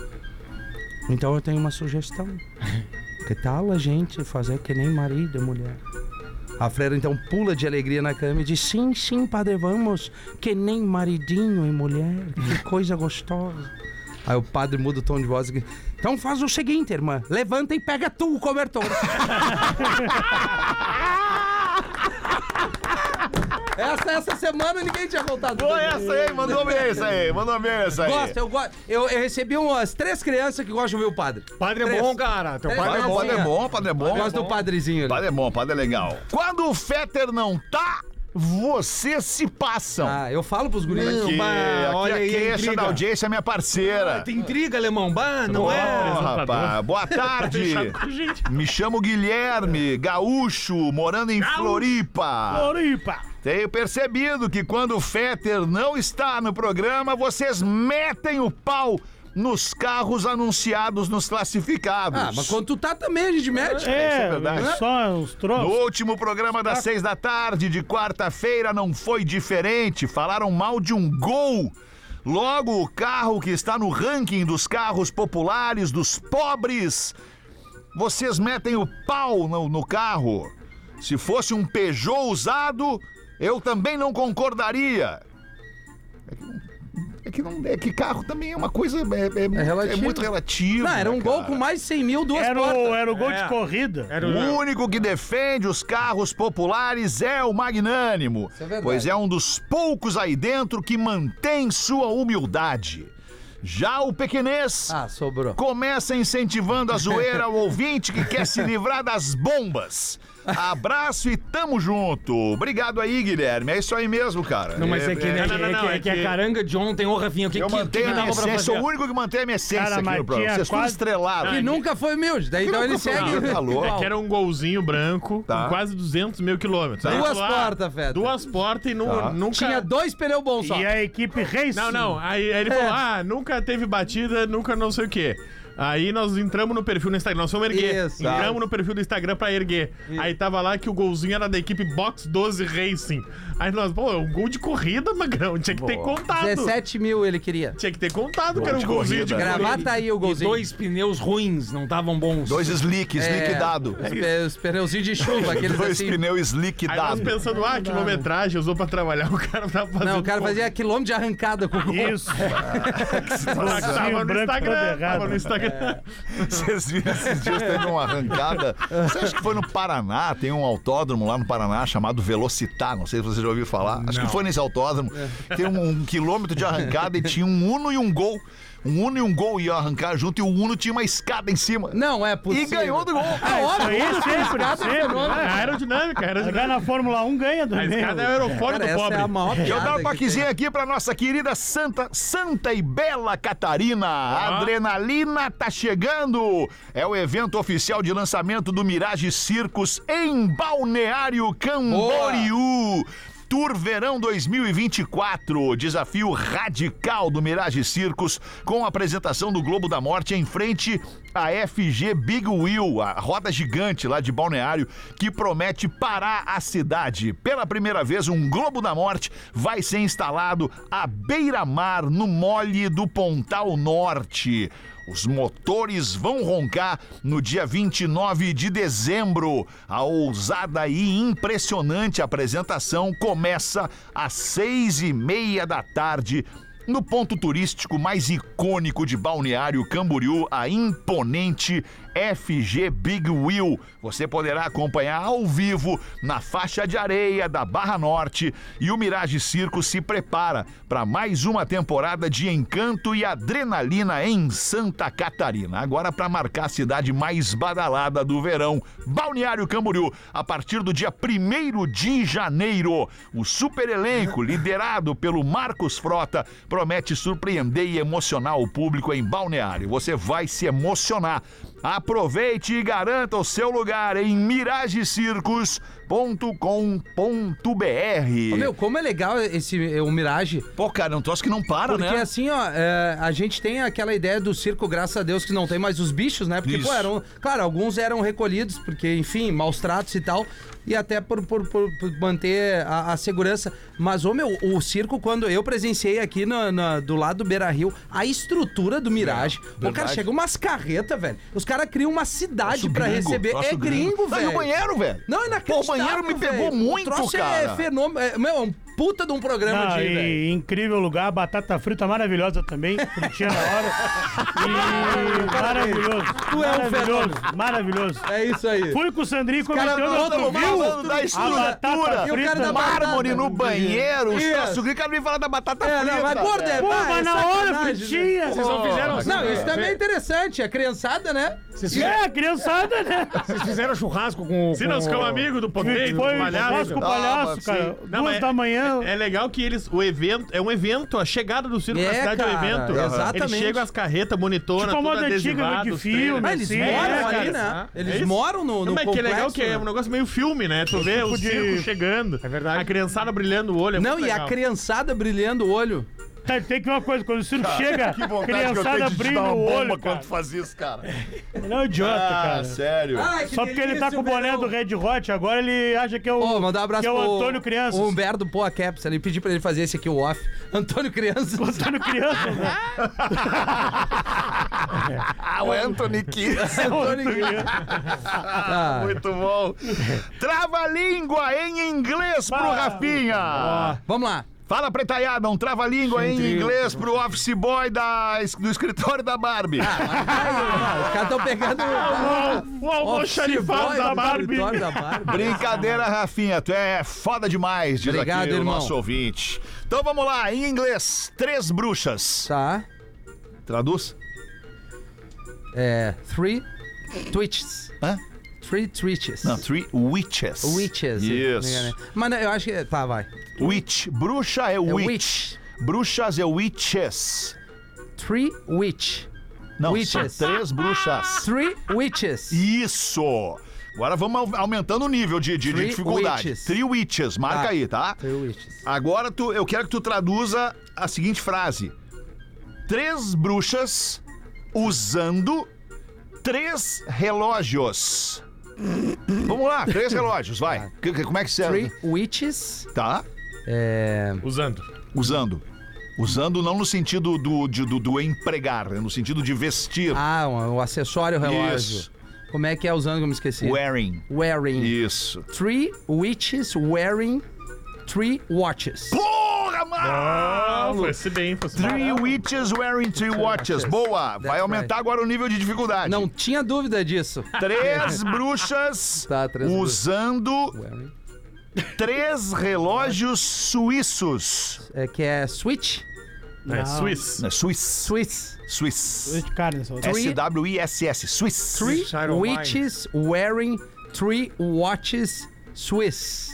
Speaker 5: Então eu tenho uma sugestão. Que tal a gente fazer que nem marido e mulher? A freira então pula de alegria na cama e diz: Sim, sim, padre, vamos, que nem maridinho e mulher, que coisa gostosa. Aí o padre muda o tom de voz. e- Então faz o seguinte, irmã. Levanta e pega tu o cobertor. essa, essa semana ninguém tinha voltado.
Speaker 3: Pô, essa aí, mandou bem essa aí, mandou bem essa aí.
Speaker 5: Gosto, eu gosto. Eu, eu recebi umas três crianças que gostam de ouvir o padre.
Speaker 8: Padre é
Speaker 5: Três.
Speaker 8: bom, cara. Teu
Speaker 5: Três.
Speaker 8: padre
Speaker 3: Padre é bom, padre é bom, padre é bom.
Speaker 5: Eu gosto do padrezinho né? ali.
Speaker 3: Padre é bom, padre é legal. Quando o Fetter não tá, vocês se passam.
Speaker 5: Ah, eu falo pros guris.
Speaker 8: Não,
Speaker 3: Que
Speaker 8: bah,
Speaker 3: aqui é
Speaker 8: olha
Speaker 3: a
Speaker 8: aí a
Speaker 3: queixa
Speaker 8: intriga.
Speaker 3: da audiência é minha
Speaker 8: Ah,
Speaker 3: parceira.
Speaker 8: Tem intriga, alemão. Bah, não
Speaker 3: Ó,
Speaker 8: é?
Speaker 3: rapaz, boa tarde. Me chamo Guilherme, gaúcho, morando em Floripa.
Speaker 4: Floripa.
Speaker 3: Tenho percebido que quando o Fetter não está no programa, vocês metem o pau nos carros anunciados nos classificados.
Speaker 5: Ah, mas quando tu tá também, a gente mete.
Speaker 4: É,
Speaker 3: verdade.
Speaker 4: só uns
Speaker 3: No
Speaker 4: troços.
Speaker 3: último programa
Speaker 5: Tá.
Speaker 3: das seis da tarde de quarta-feira não foi diferente. Falaram mal de um gol. Logo, o carro que está no ranking dos carros populares, dos pobres. Vocês metem o pau no, no carro. Se fosse um Peugeot usado, eu também não concordaria. É que, não- é que não, é que carro também é uma coisa. É, é muito- é
Speaker 5: relativo.
Speaker 3: muito relativo.
Speaker 5: Não, era um
Speaker 3: né,
Speaker 5: gol
Speaker 3: cara? um
Speaker 5: com mais de 100 mil, duas
Speaker 4: Era
Speaker 5: portas.
Speaker 4: o, era o gol
Speaker 8: É.
Speaker 4: de corrida.
Speaker 8: Era o-
Speaker 3: O único que defende os carros populares é o magnânimo,
Speaker 5: é verdade.
Speaker 3: pois é um dos poucos aí dentro que mantém sua humildade. Já o pequenês
Speaker 5: Ah, sobrou.
Speaker 3: começa incentivando a zoeira ao ouvinte que quer se livrar das bombas. Abraço e tamo junto. Obrigado aí, Guilherme. É isso aí mesmo, cara.
Speaker 8: Não, mas é que, né,
Speaker 6: não, não,
Speaker 8: é
Speaker 6: não,
Speaker 8: que-
Speaker 6: é
Speaker 8: é que
Speaker 6: que-
Speaker 8: a caranga de ontem, ô Rafinha, o que,
Speaker 3: Eu
Speaker 8: que, que, que
Speaker 3: mantenho a minha
Speaker 8: dava pra
Speaker 3: essência, sou
Speaker 8: fazer?
Speaker 3: o único que mantém a minha essência
Speaker 4: Cara,
Speaker 3: aqui
Speaker 4: mas
Speaker 3: no programa.
Speaker 4: tinha
Speaker 3: Vocês
Speaker 4: quase-
Speaker 3: tudo estrelados.
Speaker 5: E nunca foi humilde, daí então ele segue.
Speaker 3: Tá louco.
Speaker 5: igual.
Speaker 6: Que era um golzinho branco,
Speaker 3: Tá.
Speaker 6: com quase 200 mil quilômetros. Aí
Speaker 5: Duas
Speaker 6: tu, ah,
Speaker 5: portas, Feta. Tá.
Speaker 6: Duas portas e nu,
Speaker 3: um
Speaker 6: nunca...
Speaker 5: Tinha dois pneus bons
Speaker 3: é
Speaker 5: só.
Speaker 4: E a equipe Racing.
Speaker 6: Não, não. Aí, aí ele
Speaker 5: É.
Speaker 6: falou: ah, nunca teve batida, nunca não sei o quê. Aí nós entramos no perfil no Instagram, nós fomos erguer.
Speaker 5: Isso.
Speaker 6: entramos no perfil do Instagram pra erguer. Aí tava lá que o golzinho era da equipe Box 12 Racing. Aí nós, pô, é um gol de corrida, magrão. Tinha que ter contado.
Speaker 5: 17 mil ele
Speaker 3: Tá
Speaker 5: queria.
Speaker 6: Tinha que ter contado que era um
Speaker 3: de
Speaker 6: golzinho de
Speaker 3: corrida.
Speaker 6: corrida.
Speaker 5: Gravata aí o
Speaker 8: E
Speaker 5: golzinho.
Speaker 8: dois pneus ruins, não estavam bons.
Speaker 3: Dois slicks,
Speaker 5: É,
Speaker 3: liquidado.
Speaker 5: Os, pe- os pneuzinhos de chuva, aqueles
Speaker 3: Dois
Speaker 5: assim.
Speaker 3: pneus
Speaker 6: Aí nós
Speaker 3: slickdados.
Speaker 6: pensando, ah, quilometragem, usou pra trabalhar, o cara tava fazendo.
Speaker 5: Não, o cara fazia quilômetro de arrancada com o gol.
Speaker 4: Isso.
Speaker 6: Tava
Speaker 4: Golzinho
Speaker 6: no
Speaker 4: branco todo
Speaker 6: Instagram. Tava
Speaker 4: errado.
Speaker 6: no Instagram.
Speaker 5: É.
Speaker 3: Vocês viram esses dias teve uma arrancada. Você acha que foi no Paraná? Tem um autódromo lá no Paraná chamado Velocitar. Não sei se vocês já ouviram falar. Acho que foi nesse autódromo. Tem um, um quilômetro de arrancada e tinha um Uno e um Gol. Um Uno e um Gol iam arrancar junto e o Uno tinha uma escada em cima.
Speaker 5: Não é possível.
Speaker 3: E ganhou do gol.
Speaker 5: Ah, óbvio,
Speaker 4: Aí sempre, sempre. né?
Speaker 6: Ah, aerodinâmica, aerodinâmica.
Speaker 4: Jogar na Fórmula 1 ganha do
Speaker 6: A
Speaker 4: meio.
Speaker 6: escada é o
Speaker 5: Cara,
Speaker 6: aerofólio do
Speaker 5: essa
Speaker 6: pobre.
Speaker 5: é a maior
Speaker 3: Deixa eu dar um
Speaker 5: piada que
Speaker 3: toquezinho aqui pra nossa querida Santa, Santa e Bela Catarina. A Adrenalina tá chegando. É o evento oficial de lançamento do Mirage Circos em Balneário Camboriú. Tour Verão 2024, desafio radical do Mirage Circos, com a apresentação do Globo da Morte em frente à FG Big Wheel, a roda gigante lá de Balneário, que promete parar a cidade. Pela primeira vez, um Globo da Morte vai ser instalado à beira-mar, no mole do Pontal Norte. Os motores vão roncar no dia 29 de dezembro. A ousada e impressionante apresentação começa às seis e meia da tarde. No ponto turístico mais icônico de Balneário Camboriú, a imponente FG Big Wheel. Você poderá acompanhar ao vivo na faixa de areia da Barra Norte e o Mirage Circo se prepara para mais uma temporada de encanto e adrenalina em Santa Catarina. Agora para marcar a cidade mais badalada do verão, Balneário Camboriú, a partir do dia 1 de janeiro. O super elenco, liderado pelo Marcos Frota, promete surpreender e emocionar o público em Balneário. Você vai se emocionar. Aproveite e garanta o seu lugar em miragecircos.com.br.
Speaker 5: Ô, Meu, como é legal esse o Mirage.
Speaker 3: Pô, cara, é um troço que não para,
Speaker 5: Porque
Speaker 3: né?
Speaker 5: assim, ó, é, a gente tem aquela ideia do circo, graças a Deus, que não tem mais os bichos, né? Porque, pô,
Speaker 3: Isso.
Speaker 5: eram. Claro, alguns eram recolhidos, porque, enfim, maus tratos e tal. E até por, por- por- por manter a, a segurança. Mas, ô meu, o circo, quando eu presenciei aqui na- na- do lado do Beira Rio, a estrutura do
Speaker 3: É,
Speaker 5: Mirage. o cara chega umas carretas, velho. Os caras criam uma cidade pra receber. É
Speaker 3: Não,
Speaker 5: gringo,
Speaker 3: e
Speaker 5: velho.
Speaker 3: o banheiro, velho.
Speaker 5: Não,
Speaker 3: Pô,
Speaker 5: inacreditável.
Speaker 3: o banheiro me pegou
Speaker 5: velho.
Speaker 3: muito,
Speaker 5: o troço
Speaker 3: cara.
Speaker 5: É fenômeno. É, meu, é um puta de um programa
Speaker 4: Não,
Speaker 5: de.
Speaker 4: e
Speaker 5: velho.
Speaker 4: incrível lugar, batata frita maravilhosa também, frutinha na hora. E maravilhoso.
Speaker 5: Tu é um
Speaker 4: maravilhoso, maravilhoso.
Speaker 5: É isso aí.
Speaker 4: Fui com o Sandrinho comentando
Speaker 5: não
Speaker 4: outro
Speaker 5: tomam
Speaker 4: viu?
Speaker 5: malandro
Speaker 3: da
Speaker 4: batata
Speaker 3: estrutura,
Speaker 5: E o cara
Speaker 4: frita.
Speaker 5: da batata. tá
Speaker 3: mármore no banheiro, os
Speaker 5: Isso.
Speaker 3: troços gringos, cara, vem falar da batata
Speaker 5: É,
Speaker 3: frita.
Speaker 5: não, mas gordo é.
Speaker 4: Pô,
Speaker 5: bah, é
Speaker 4: mas na hora,
Speaker 5: sacanagem, né?
Speaker 4: frutinha.
Speaker 8: Vocês não fizeram
Speaker 5: Não, isso
Speaker 8: vocês-
Speaker 5: também é interessante. A criançada, né?
Speaker 8: Vocês fizeram,
Speaker 4: É, criançada, né?
Speaker 8: vocês fizeram churrasco com o.
Speaker 6: Se nós ficamos amigos do
Speaker 4: Foi
Speaker 6: poder, do
Speaker 4: churrasco
Speaker 6: palhaço.
Speaker 4: com o palhaço, cara.
Speaker 6: Não,
Speaker 4: Duas
Speaker 6: mas
Speaker 4: da manhã.
Speaker 6: É legal que eles. O evento. É um evento, a chegada do circo
Speaker 5: É,
Speaker 6: na cidade é um
Speaker 5: cara,
Speaker 6: evento.
Speaker 5: exatamente.
Speaker 6: Eles chegam as carretas, monitora,
Speaker 4: Tipo a
Speaker 6: tudo
Speaker 4: moda antiga
Speaker 6: adesivado,
Speaker 4: de
Speaker 6: os
Speaker 4: filme,
Speaker 6: trailers.
Speaker 5: Mas eles
Speaker 10: assim,
Speaker 4: Sim,
Speaker 5: moram
Speaker 4: é,
Speaker 5: ali,
Speaker 6: cara.
Speaker 5: né? Eles
Speaker 6: É isso.
Speaker 5: moram no,
Speaker 6: Não,
Speaker 5: no
Speaker 6: mas que legal
Speaker 5: complexo,
Speaker 6: que é um
Speaker 5: né?
Speaker 6: negócio meio filme, né? Tu
Speaker 10: tipo
Speaker 6: vê o
Speaker 4: de-
Speaker 6: circo chegando. É verdade. A criançada brilhando o olho. É
Speaker 5: Não,
Speaker 6: muito
Speaker 5: e a
Speaker 6: legal.
Speaker 5: criançada brilhando o olho.
Speaker 4: Tá, Tem que ver uma coisa, quando o circo chega,
Speaker 3: Que vontade que eu
Speaker 4: criançada
Speaker 3: tenho de te
Speaker 4: brilha
Speaker 3: dar uma
Speaker 4: o
Speaker 3: bomba
Speaker 4: olho, cara.
Speaker 3: quando tu faz isso, cara.
Speaker 5: Ah,
Speaker 4: Ele é um idiota, cara.
Speaker 3: sério.
Speaker 4: Só porque ele tá com o boné do Red Hot, agora ele acha que é o,
Speaker 5: Ô, mandar um abraço
Speaker 4: que é o
Speaker 5: pro
Speaker 4: Antônio Criança.
Speaker 5: o Humberto Poa Caps ali. Pedi pra ele fazer esse aqui, o off. Antônio Criança.
Speaker 4: Antônio Criança, né?
Speaker 3: Ah, o Anthony Kiss.
Speaker 5: Antônio Criança. Ah,
Speaker 3: Muito bom. Trava-língua em inglês pro Rafinha.
Speaker 5: vamos lá.
Speaker 3: Fala, pretaiada, um trava-língua em inglês pro office boy da, do escritório da Barbie.
Speaker 5: Ah. Aí, ó, os caras tão pegando.
Speaker 4: O, o Um almoxarifado
Speaker 5: Office boy
Speaker 4: da
Speaker 5: do
Speaker 4: Barbie.
Speaker 5: escritório da Barbie.
Speaker 3: Brincadeira, Rafinha, tu é foda demais, diz
Speaker 5: Obrigado,
Speaker 3: aqui o
Speaker 5: irmão.
Speaker 3: nosso ouvinte. Então vamos lá, em inglês, três bruxas.
Speaker 5: Tá.
Speaker 3: Traduz?
Speaker 5: É. Three Twitches.
Speaker 3: Hã?
Speaker 5: Three Twitches.
Speaker 3: Não, Three Witches.
Speaker 5: Witches.
Speaker 3: Isso.
Speaker 5: Mas eu acho que. Tá, vai.
Speaker 3: Witch. Bruxa é
Speaker 5: É
Speaker 3: witch.
Speaker 5: witch.
Speaker 3: Bruxas é witches.
Speaker 5: Three Witch.
Speaker 3: Não,
Speaker 5: Witches.
Speaker 3: são três bruxas.
Speaker 5: Three Witches.
Speaker 3: Isso! Agora vamos au- aumentando o nível de, de, de
Speaker 5: Three
Speaker 3: dificuldade.
Speaker 5: witches.
Speaker 3: Three witches, marca
Speaker 5: Tá.
Speaker 3: aí, tá?
Speaker 5: Three Witches.
Speaker 3: Agora tu, eu quero que tu traduza a seguinte frase: Três bruxas usando três relógios. Vamos lá, três relógios, vai. Que- que- como é que
Speaker 5: Three
Speaker 3: serve?
Speaker 5: Witches.
Speaker 3: Tá?
Speaker 5: É.
Speaker 10: Usando.
Speaker 3: Usando. Usando não no sentido do, de- do, do empregar, é no sentido de vestir.
Speaker 5: Ah, o o acessório, o relógio.
Speaker 3: Isso.
Speaker 5: Como é que é usando que eu me esqueci?
Speaker 3: Wearing.
Speaker 5: Wearing.
Speaker 3: Isso.
Speaker 5: Three witches wearing three watches.
Speaker 3: Porra, mano!
Speaker 10: Ah,
Speaker 6: é
Speaker 10: foi-se bem, foi-se
Speaker 3: Three
Speaker 10: bem.
Speaker 3: witches wearing three watches. Boa! Vai
Speaker 5: That's
Speaker 3: aumentar agora o nível de dificuldade.
Speaker 5: Não tinha dúvida disso.
Speaker 3: Três bruxas
Speaker 5: Tá, três
Speaker 3: usando
Speaker 5: Wearing.
Speaker 3: três relógios suíços.
Speaker 5: É que é switch?
Speaker 10: É Swiss.
Speaker 3: É Suíço.
Speaker 5: Swiss.
Speaker 3: Suíço.
Speaker 4: De carne, só.
Speaker 3: S-W-I-S-S. Suíço.
Speaker 5: Three
Speaker 8: Switch, I don't mind.
Speaker 5: witches wearing three watches Swiss.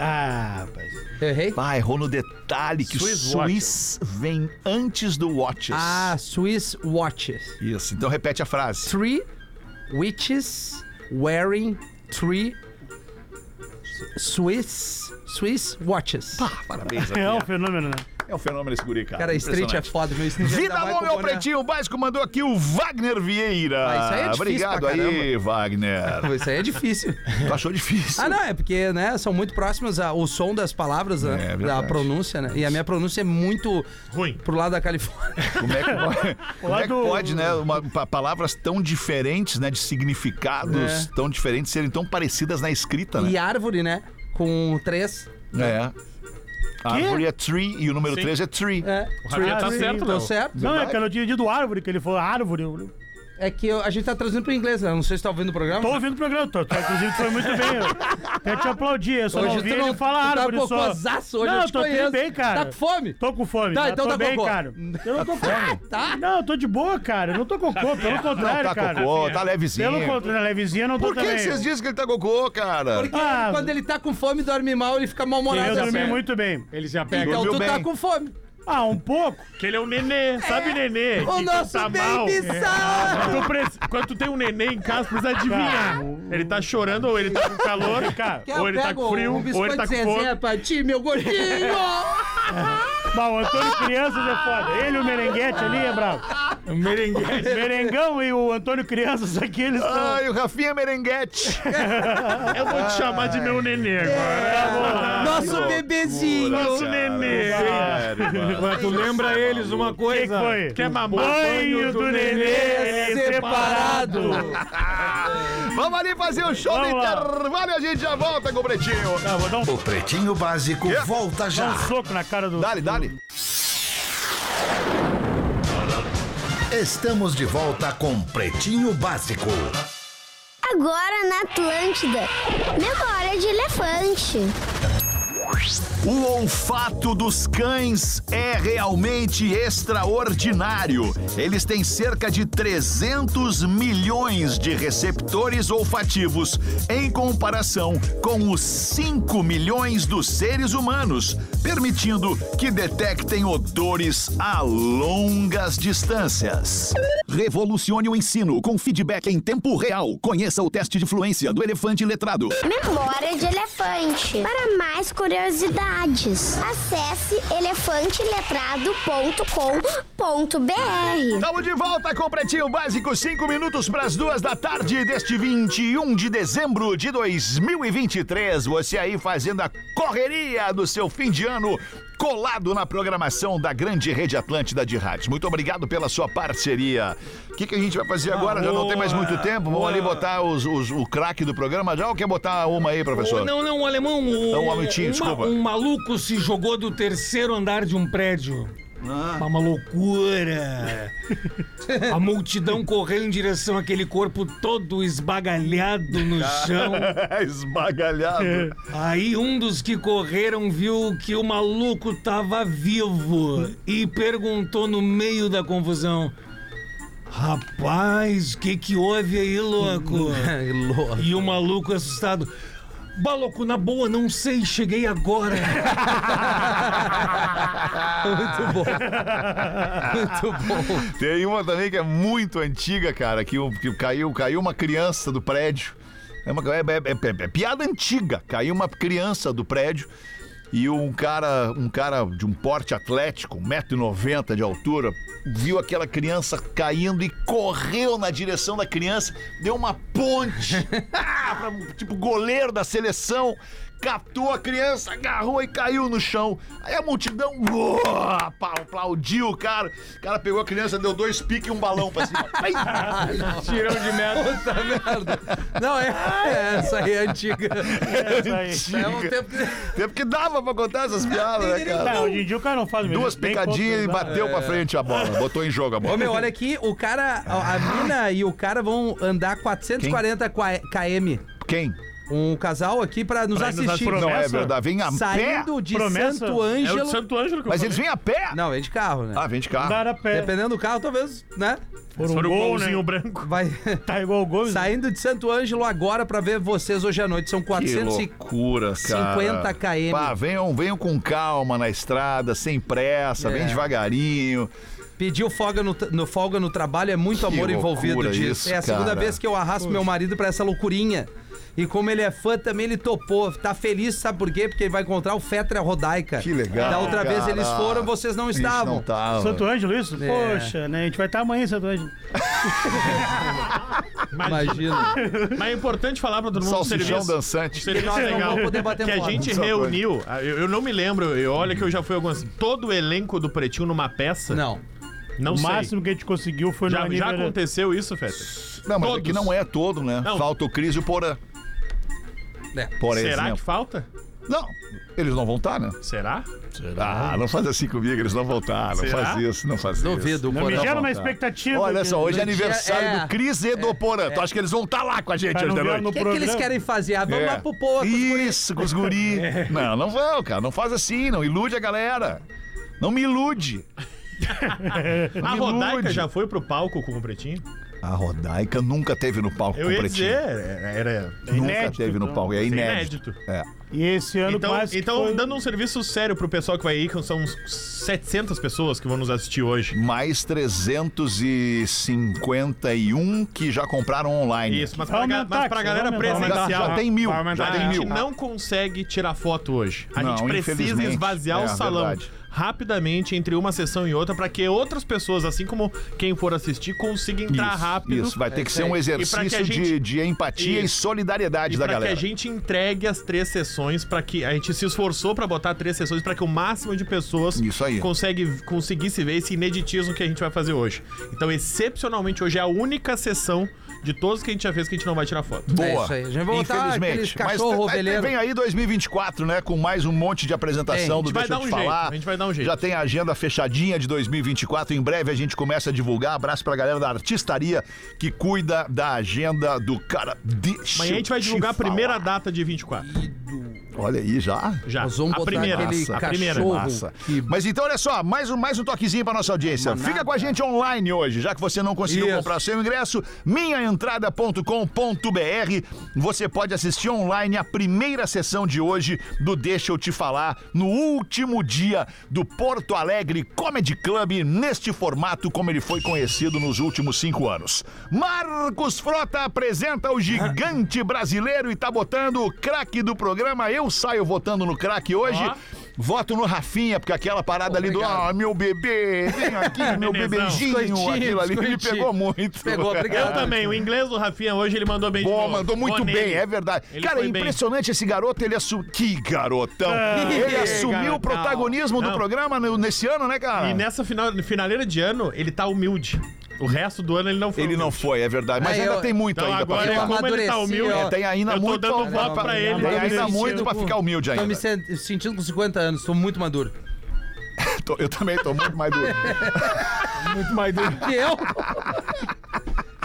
Speaker 4: Ah, rapaz.
Speaker 5: Errei?
Speaker 3: Ah, errou no detalhe que
Speaker 10: Swiss
Speaker 3: o Swiss vem antes do watches.
Speaker 5: Ah, Swiss watches.
Speaker 3: Isso, então repete a frase.
Speaker 5: Three witches wearing three Swiss Swiss watches.
Speaker 3: Parabéns,
Speaker 4: É um
Speaker 3: Rafinha.
Speaker 4: fenômeno, né?
Speaker 3: É um fenômeno esse guri, cara.
Speaker 5: Cara, street é
Speaker 3: Impressionante.
Speaker 5: foda, meu street ainda
Speaker 3: Vida
Speaker 5: vai
Speaker 3: longa
Speaker 5: com
Speaker 3: ao
Speaker 5: boné.
Speaker 3: Pretinho Básico, mandou aqui o Wagner Vieira.
Speaker 5: Ah, isso aí é difícil
Speaker 3: Obrigado
Speaker 5: pra
Speaker 3: aí, Wagner.
Speaker 5: Isso aí é difícil.
Speaker 3: Tu achou difícil.
Speaker 5: Ah, não, é porque, né, são muito próximas a- o som das palavras, né,
Speaker 3: É,
Speaker 5: da
Speaker 3: verdade.
Speaker 5: pronúncia, né? E a minha pronúncia é muito
Speaker 10: Ruim.
Speaker 5: pro lado da Califórnia.
Speaker 3: Como é que pode, como é que
Speaker 4: do-
Speaker 3: pode, né? uma- pa- palavras tão diferentes, né? De significados
Speaker 4: É.
Speaker 3: tão diferentes serem tão parecidas na escrita, né?
Speaker 5: E árvore, né? Com três.
Speaker 3: É. A árvore é tree e o número 3 é tree.
Speaker 5: É,
Speaker 10: Rafinha tá
Speaker 4: sim,
Speaker 10: certo,
Speaker 5: tô
Speaker 10: Léo.
Speaker 5: certo.
Speaker 4: Não, é que eu tinha dito árvore, que ele falou árvore. Eu
Speaker 5: É que eu- a gente tá traduzindo pro inglês, né? Não sei se tá ouvindo o programa.
Speaker 4: Tô ouvindo o programa, tô, tô, inclusive foi muito bem. Eu até te aplaudi, eu só
Speaker 5: Hoje
Speaker 4: não
Speaker 5: tu
Speaker 4: ouvi
Speaker 5: não-
Speaker 4: ele falar
Speaker 5: tu tá
Speaker 4: árvore só.
Speaker 5: cocôzaço hoje,
Speaker 4: não,
Speaker 5: eu te
Speaker 4: tô
Speaker 5: conheço.
Speaker 4: bem, cara.
Speaker 5: Tá com fome?
Speaker 4: Tô com fome,
Speaker 5: Tá,
Speaker 4: tá,
Speaker 5: então
Speaker 4: tô
Speaker 5: tá
Speaker 4: bem,
Speaker 5: cocô.
Speaker 4: cara. Eu não tô com
Speaker 5: Ah,
Speaker 4: fome.
Speaker 5: tá.
Speaker 4: Não, eu tô de boa, cara. Eu não tô cocô, pelo contrário,
Speaker 3: tá
Speaker 4: cara. é.
Speaker 3: cocô, tá levezinho.
Speaker 4: Pelo contrário, levezinha eu não tô
Speaker 3: Por que
Speaker 4: também.
Speaker 3: que vocês dizem que ele tá gogô, cara?
Speaker 5: Porque
Speaker 4: Ah.
Speaker 5: quando ele tá com fome e dorme mal, ele fica
Speaker 4: Eu
Speaker 5: mal-humorado.
Speaker 4: dormi
Speaker 5: assim.
Speaker 4: muito bem.
Speaker 8: Ele se apega.
Speaker 5: Então
Speaker 3: Dormiu
Speaker 5: tu tá
Speaker 3: bem.
Speaker 5: com fome.
Speaker 4: Ah, um pouco.
Speaker 10: Que ele é um nenê, sabe nenê?
Speaker 5: O
Speaker 10: que
Speaker 5: nosso
Speaker 10: tá mal.
Speaker 5: baby Sal!
Speaker 10: Tu preci- Quando tu tem um nenê em casa, precisa adivinhar. Ele tá chorando, ou ele tá com calor,
Speaker 4: Cara,
Speaker 5: Quer eu
Speaker 10: ou ele tá
Speaker 5: pego
Speaker 10: com frio,
Speaker 5: um
Speaker 10: ou ele
Speaker 5: biscoito
Speaker 10: tá com
Speaker 5: Zezé
Speaker 10: fome.
Speaker 5: pra ti, meu gordinho!
Speaker 4: Bom, o Antônio Crianças é foda. Ele e o Merenguete ali é bravo.
Speaker 8: Merenguete.
Speaker 4: Merengão e o Antônio Crianças aqui, eles são.
Speaker 3: Ai, o Rafinha é Merenguete.
Speaker 10: Eu vou te chamar de meu nenê
Speaker 5: É,
Speaker 10: agora.
Speaker 5: Nosso bebezinho!
Speaker 10: Nosso nenê.
Speaker 8: Mas tu lembra eles uma
Speaker 4: O que que
Speaker 8: coisa?
Speaker 4: foi?
Speaker 10: Quer mamar?
Speaker 4: Banho do
Speaker 5: é
Speaker 4: nenê separado.
Speaker 3: Vamos ali fazer o show do
Speaker 4: Vamos lá.
Speaker 3: intervalo e a gente já volta com o Pretinho.
Speaker 4: Ah, vou dar um,
Speaker 11: O Pretinho Básico volta
Speaker 4: dar
Speaker 11: já.
Speaker 4: um soco na cara do.
Speaker 3: Dale, dale.
Speaker 11: Estamos de volta com Pretinho Básico.
Speaker 12: Agora na Atlântida. Memória de elefante.
Speaker 3: O olfato dos cães é realmente extraordinário. Eles têm cerca de 300 milhões de receptores olfativos, em comparação com os 5 milhões dos seres humanos, permitindo que detectem odores a longas distâncias. Revolucione o ensino com feedback em tempo real. Conheça o teste de fluência do elefante letrado.
Speaker 12: Memória de elefante. Para mais curiosidades, acesse elefanteletrado.com.br.
Speaker 3: Estamos de volta com o Pretinho Básico, 5 minutos para as duas da tarde deste 21 de dezembro de 2023. Você aí fazendo a correria do seu fim de ano, colado na programação da grande rede Atlântida de rádios. Muito obrigado pela sua parceria. O que, que a gente vai fazer agora? Já não tem mais muito tempo. Vamos ali botar os- os- o craque do programa. Já ou quer botar uma aí,
Speaker 8: Ô,
Speaker 3: professor?
Speaker 8: não, não, um alemão. Um,
Speaker 3: Não, um amentinho,
Speaker 8: uma-
Speaker 3: desculpa.
Speaker 8: Um maluco se jogou do terceiro andar de um prédio. Mas Uma loucura. A multidão correu em direção àquele corpo todo esbagalhado no chão.
Speaker 3: É Esbagalhado.
Speaker 8: Aí um dos que correram viu que o maluco tava vivo e perguntou no meio da confusão: Rapaz, que que houve aí, louco?
Speaker 5: Louco.
Speaker 8: E o maluco assustado. Baloco, na boa, não sei, cheguei agora.
Speaker 5: Muito bom. Muito bom.
Speaker 3: Tem uma também que é muito antiga, cara, que, o- que caiu, caiu uma criança do prédio. É, uma, é- é- é- é piada antiga. Caiu uma criança do prédio e um cara, um cara de um porte atlético, 1,90m de altura, viu aquela criança caindo e correu na direção da criança, deu uma ponte, ah, pra- tipo goleiro da seleção, captou a criança, agarrou e caiu no chão. Aí a multidão uah, apla- aplaudiu o cara. O cara pegou a criança, deu dois piques e um balão pra cima. Ai,
Speaker 8: Tirão de merda.
Speaker 5: Puta merda. Não, é, é, essa aí é antiga.
Speaker 4: Essa aí.
Speaker 3: antiga.
Speaker 5: É um tempo que...
Speaker 3: Tempo que dava pra contar essas piadas, né, cara?
Speaker 4: Não, Tá, hoje em dia o cara não faz
Speaker 3: Duas
Speaker 4: bem
Speaker 3: picadinhas e
Speaker 4: controlado.
Speaker 3: bateu pra frente a bola. Botou em jogo a
Speaker 5: Ô, meu,
Speaker 3: bola.
Speaker 5: olha aqui, o cara, a, a mina e o cara vão andar 440 qua- km.
Speaker 3: Quem?
Speaker 5: Um casal aqui pra nos
Speaker 4: Pra ir nos
Speaker 5: assistir.
Speaker 4: assistir.
Speaker 3: Não é
Speaker 4: Promessa?
Speaker 3: verdade. Vem a pé.
Speaker 5: Saindo de
Speaker 4: Promessa?
Speaker 5: Santo
Speaker 6: É o
Speaker 5: Ângelo.
Speaker 6: de Santo Ângelo que
Speaker 3: Mas
Speaker 6: eu
Speaker 3: eles vêm
Speaker 6: falei.
Speaker 3: a pé.
Speaker 5: Não, vem de carro, né?
Speaker 3: Ah, vem de carro.
Speaker 4: Andaram a pé.
Speaker 5: Dependendo do carro, talvez, né?
Speaker 4: Foram
Speaker 6: Foram o
Speaker 4: gol, né?
Speaker 6: golzinho branco.
Speaker 5: Vai
Speaker 4: Tá igual o gol.
Speaker 5: saindo de Santo Ângelo agora pra ver vocês hoje à noite. São
Speaker 3: Que
Speaker 5: 450
Speaker 3: loucura, cara.
Speaker 5: 50 km.
Speaker 3: Pá, venham, venham com calma na estrada, sem pressa,
Speaker 5: É.
Speaker 3: bem devagarinho.
Speaker 5: Pediu folga no, tra- no- folga no trabalho, é muito
Speaker 3: Que
Speaker 5: amor
Speaker 3: loucura
Speaker 5: envolvido disso.
Speaker 3: isso,
Speaker 5: é a segunda
Speaker 3: cara.
Speaker 5: vez que eu arrasto meu marido pra essa loucurinha. E como ele é fã, também ele topou. Tá feliz, sabe por quê? Porque ele vai encontrar o Fetra Rodaica.
Speaker 3: Que legal,
Speaker 5: Da outra vez eles
Speaker 3: cara.
Speaker 5: foram, vocês não
Speaker 3: Isso
Speaker 5: estavam.
Speaker 3: Não tá- tava.
Speaker 4: Santo Ângelo, isso?
Speaker 5: É.
Speaker 4: Poxa, né? A gente vai estar amanhã em Santo Ângelo.
Speaker 5: Imagina.
Speaker 6: Mas é importante falar pra todo mundo do
Speaker 3: Salsichão
Speaker 6: serviço.
Speaker 3: dançante.
Speaker 6: Seria
Speaker 5: E nós não
Speaker 6: é legal
Speaker 5: vamos poder bater
Speaker 6: que a
Speaker 5: foto.
Speaker 6: gente
Speaker 3: Só coisa.
Speaker 6: reuniu, eu, eu não me lembro, eu, olha que eu já fui algumas. Todo o elenco do Pretinho numa peça?
Speaker 5: não.
Speaker 6: Não
Speaker 4: o
Speaker 6: sei.
Speaker 4: máximo que a gente conseguiu foi no
Speaker 6: já, já
Speaker 4: aniversário.
Speaker 6: aconteceu isso, Feta?
Speaker 3: Não, mas
Speaker 6: Todos.
Speaker 3: aqui não é todo, né?
Speaker 6: Não.
Speaker 3: Falta o Cris e o Porã.
Speaker 5: É.
Speaker 3: Por
Speaker 6: Será
Speaker 3: exemplo.
Speaker 6: que falta?
Speaker 3: Não, eles não vão estar, né?
Speaker 6: Será?
Speaker 3: Ah, não faz assim comigo, eles não vão estar. Não
Speaker 6: Será?
Speaker 3: faz isso, não faz isso.
Speaker 5: Duvido, o
Speaker 4: Não me
Speaker 5: Porã.
Speaker 4: gera uma
Speaker 3: vontade.
Speaker 4: expectativa.
Speaker 3: Olha só, hoje é
Speaker 5: No dia-
Speaker 3: aniversário
Speaker 5: é.
Speaker 3: do Cris e do Porã. Tu acha que eles vão estar lá com a gente
Speaker 4: Mas
Speaker 3: hoje
Speaker 4: não
Speaker 3: da
Speaker 4: vieram
Speaker 3: noite?
Speaker 5: O
Speaker 4: no
Speaker 5: que, é que eles
Speaker 4: programa.
Speaker 5: querem fazer? Ah, vamos
Speaker 3: É.
Speaker 5: lá pro Porra.
Speaker 3: Isso, com os guri. Não, não vão, cara. Não faz assim, não ilude a galera. Não me ilude.
Speaker 6: A
Speaker 3: me
Speaker 6: Rodaica
Speaker 3: ilude.
Speaker 6: já foi pro palco com o Pretinho?
Speaker 3: A Rodaica nunca teve no palco
Speaker 6: Eu
Speaker 3: com o
Speaker 6: ia
Speaker 3: Pretinho.
Speaker 6: dizer, era. era-
Speaker 3: nunca
Speaker 4: inédito,
Speaker 3: teve no
Speaker 4: então.
Speaker 3: palco, é
Speaker 6: Isso é
Speaker 3: inédito.
Speaker 6: inédito.
Speaker 3: É.
Speaker 4: E esse ano
Speaker 6: Então,
Speaker 4: quase que
Speaker 6: então
Speaker 4: foi...
Speaker 6: dando um serviço sério pro pessoal que vai ir, que são uns 700 pessoas que vão nos assistir hoje.
Speaker 3: Mais 351 que já compraram online.
Speaker 6: Isso, mas
Speaker 4: Vai
Speaker 6: pra, ga-
Speaker 4: aumentar,
Speaker 6: mas pra
Speaker 4: que
Speaker 6: galera
Speaker 4: vai aumentar, vai
Speaker 3: Já,
Speaker 6: presencial.
Speaker 3: já tem mil,
Speaker 4: Vai aumentar,
Speaker 3: já
Speaker 6: A
Speaker 3: tem
Speaker 6: gente
Speaker 3: mil.
Speaker 6: não consegue tirar foto hoje. A
Speaker 3: Ah, é. Não,
Speaker 6: gente precisa
Speaker 3: infelizmente.
Speaker 6: esvaziar
Speaker 3: É,
Speaker 6: o salão
Speaker 3: verdade.
Speaker 6: rapidamente entre uma sessão e outra para que outras pessoas, assim como quem for assistir, consiga entrar
Speaker 3: Isso,
Speaker 6: rápido. É,
Speaker 3: Isso, vai ter que
Speaker 5: isso
Speaker 3: ser um
Speaker 5: aí.
Speaker 6: E pra que a
Speaker 3: exercício
Speaker 6: gente-
Speaker 3: de, de empatia e
Speaker 6: Isso.
Speaker 3: solidariedade
Speaker 6: E
Speaker 3: da
Speaker 6: pra que
Speaker 3: galera.
Speaker 6: a gente entregue as três sessões, para que a gente se esforçou para botar três sessões, para que o máximo de pessoas
Speaker 3: Isso aí.
Speaker 6: consegue conseguisse ver esse ineditismo que a gente vai fazer hoje. Então, excepcionalmente, hoje é a única sessão de todos que a gente já fez que a gente não vai tirar foto.
Speaker 3: Boa.
Speaker 5: É isso aí, a gente vai botar aqueles cachorro
Speaker 3: Mas tem- tem-
Speaker 5: ovelheiro.
Speaker 3: vem aí 2024, né? Com mais um monte de
Speaker 5: Tem, a
Speaker 3: apresentação
Speaker 5: gente
Speaker 3: do
Speaker 6: vai
Speaker 3: Deixa
Speaker 6: dar
Speaker 3: eu te
Speaker 6: um jeito,
Speaker 3: falar.
Speaker 6: a gente vai dar um jeito.
Speaker 3: Já tem a agenda fechadinha de 2024. Em breve a gente começa a divulgar. Abraço pra galera da artistaria que cuida da agenda do cara. Deixa
Speaker 6: Amanhã a gente vai
Speaker 3: eu te
Speaker 6: divulgar a
Speaker 3: falar.
Speaker 6: primeira data de 24.
Speaker 3: Olha aí já.
Speaker 6: Já.
Speaker 5: Nós vamos
Speaker 6: a
Speaker 5: botar
Speaker 6: primeira.
Speaker 5: aquele
Speaker 6: a primeira.
Speaker 5: cachorro.
Speaker 3: Massa.
Speaker 5: que-
Speaker 3: Mas então, olha só, mais um, mais um toquezinho pra nossa audiência. Fica com a gente online hoje, já que você não conseguiu
Speaker 5: Isso.
Speaker 3: comprar seu ingresso, minhaentrada.com.br. Você pode assistir online a primeira sessão de hoje do Deixa Eu Te Falar, no último dia do Porto Alegre Comedy Club, neste formato como ele foi conhecido nos últimos cinco anos. Marcos Frota apresenta o gigante brasileiro e tá botando o craque do programa. Eu saio votando no craque hoje. Voto no Rafinha, porque aquela parada ali do
Speaker 5: Obrigado.
Speaker 3: ah, meu bebê, vem aqui, meu
Speaker 6: Nenezão.
Speaker 3: bebezinho,
Speaker 5: Biscoitinho,
Speaker 3: aquilo ali me
Speaker 5: biscoitinho.
Speaker 3: pegou muito.
Speaker 5: Pegou, obrigado.
Speaker 6: Eu também, o inglês do Rafinha hoje ele mandou bem de
Speaker 3: Bom,
Speaker 6: novo.
Speaker 3: mandou muito
Speaker 6: Vou
Speaker 3: bem,
Speaker 6: nele.
Speaker 3: é verdade.
Speaker 6: Ele
Speaker 3: Cara, é
Speaker 6: foi bem. Ah,
Speaker 3: impressionante esse garoto, ele assumiu. Que garotão! ele
Speaker 5: que
Speaker 3: assumiu o
Speaker 5: garotão.
Speaker 3: protagonismo do
Speaker 6: Não.
Speaker 3: programa no- nesse ano, né, cara?
Speaker 6: E nessa final, finaleira de ano, ele tá humilde. O resto do ano ele não foi.
Speaker 3: Ele não
Speaker 6: humilde.
Speaker 3: foi, é verdade. Mas
Speaker 5: Aí
Speaker 3: ainda
Speaker 5: eu-
Speaker 3: tem muito
Speaker 6: Então
Speaker 3: ainda pra
Speaker 6: agora,
Speaker 5: eu
Speaker 3: falar.
Speaker 6: como ele tá
Speaker 5: amadureci,
Speaker 6: humilde,
Speaker 5: ó.
Speaker 3: Tem ainda
Speaker 6: eu tô
Speaker 3: muito
Speaker 6: dando
Speaker 3: pra-
Speaker 6: voto pra ele.
Speaker 3: Tem
Speaker 5: Eu tô
Speaker 6: tá
Speaker 5: me
Speaker 3: ainda
Speaker 5: sentindo
Speaker 3: muito pra
Speaker 5: com-
Speaker 3: ficar humilde
Speaker 5: Tô
Speaker 3: ainda.
Speaker 5: me sen- sentindo com 50 anos, tô muito maduro.
Speaker 3: Tô- eu também tô muito mais duro.
Speaker 8: Muito mais duro.
Speaker 5: Que eu?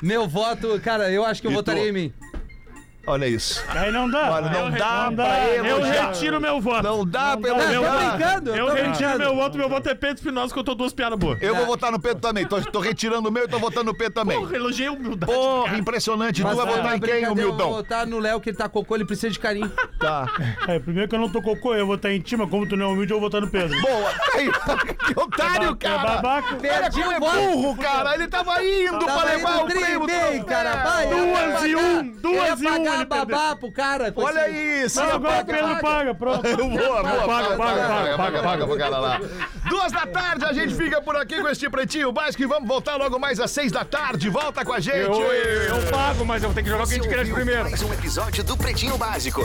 Speaker 5: Meu voto, cara, eu acho que eu
Speaker 3: E
Speaker 5: votaria
Speaker 3: tu?
Speaker 5: em mim.
Speaker 3: Olha isso.
Speaker 4: Aí não dá.
Speaker 3: Olha, não
Speaker 4: Eu
Speaker 3: dá
Speaker 4: re-
Speaker 3: pra
Speaker 4: Eu
Speaker 3: elogiar.
Speaker 4: retiro meu voto.
Speaker 3: Não dá pra
Speaker 5: Ah,
Speaker 3: elogiar.
Speaker 5: eu tô brincando, eu,
Speaker 4: Eu
Speaker 5: tô
Speaker 4: retiro
Speaker 5: brincando.
Speaker 10: Meu voto, meu voto é Pedro Espinosa, que eu tô duas piadas boas.
Speaker 3: Eu vou votar no Pedro também. Tô, tô retirando o meu e tô votando no Pedro também.
Speaker 10: Porra, elogiei a humildade.
Speaker 3: Porra, impressionante.
Speaker 5: Mas
Speaker 3: tu vai
Speaker 5: tá
Speaker 3: votar em quem,
Speaker 5: brincadeira, Eu vou
Speaker 3: humildão?
Speaker 5: votar no Léo, que ele tá cocô, ele precisa de carinho.
Speaker 3: Tá.
Speaker 4: É, primeiro que eu não tô cocô, eu vou estar em time, mas como tu não é humilde, eu vou votar no Pedro.
Speaker 3: Boa. Aí, tá que otário,
Speaker 4: Tu é
Speaker 3: cara.
Speaker 4: babaca.
Speaker 5: Perdi o voto.
Speaker 3: é Burro, cara. Ele tava indo
Speaker 5: Tava
Speaker 3: pra levar
Speaker 5: indo
Speaker 3: o
Speaker 5: tri
Speaker 3: prêmio.
Speaker 5: bem, cara. Vai,
Speaker 4: Duas
Speaker 5: ele
Speaker 4: e
Speaker 5: ia pagar-
Speaker 4: um, duas
Speaker 5: ele ia
Speaker 4: e um,
Speaker 5: pagar
Speaker 4: ele
Speaker 5: babá pro cara. com
Speaker 3: Olha
Speaker 5: esse-
Speaker 3: isso.
Speaker 4: Não,
Speaker 3: Eu
Speaker 4: agora o Pedro paga, pronto.
Speaker 3: Boa, boa,
Speaker 4: Paga, paga, paga,
Speaker 3: paga, paga pro cara lá. Duas da tarde, a gente fica por aqui com este pretinho básico e vamos voltar logo mais às seis da tarde. Volta com a gente.
Speaker 8: Eu, eu pago, mas eu tenho que jogar o que a gente quer primeiro.
Speaker 11: Mais um episódio do Pretinho Básico.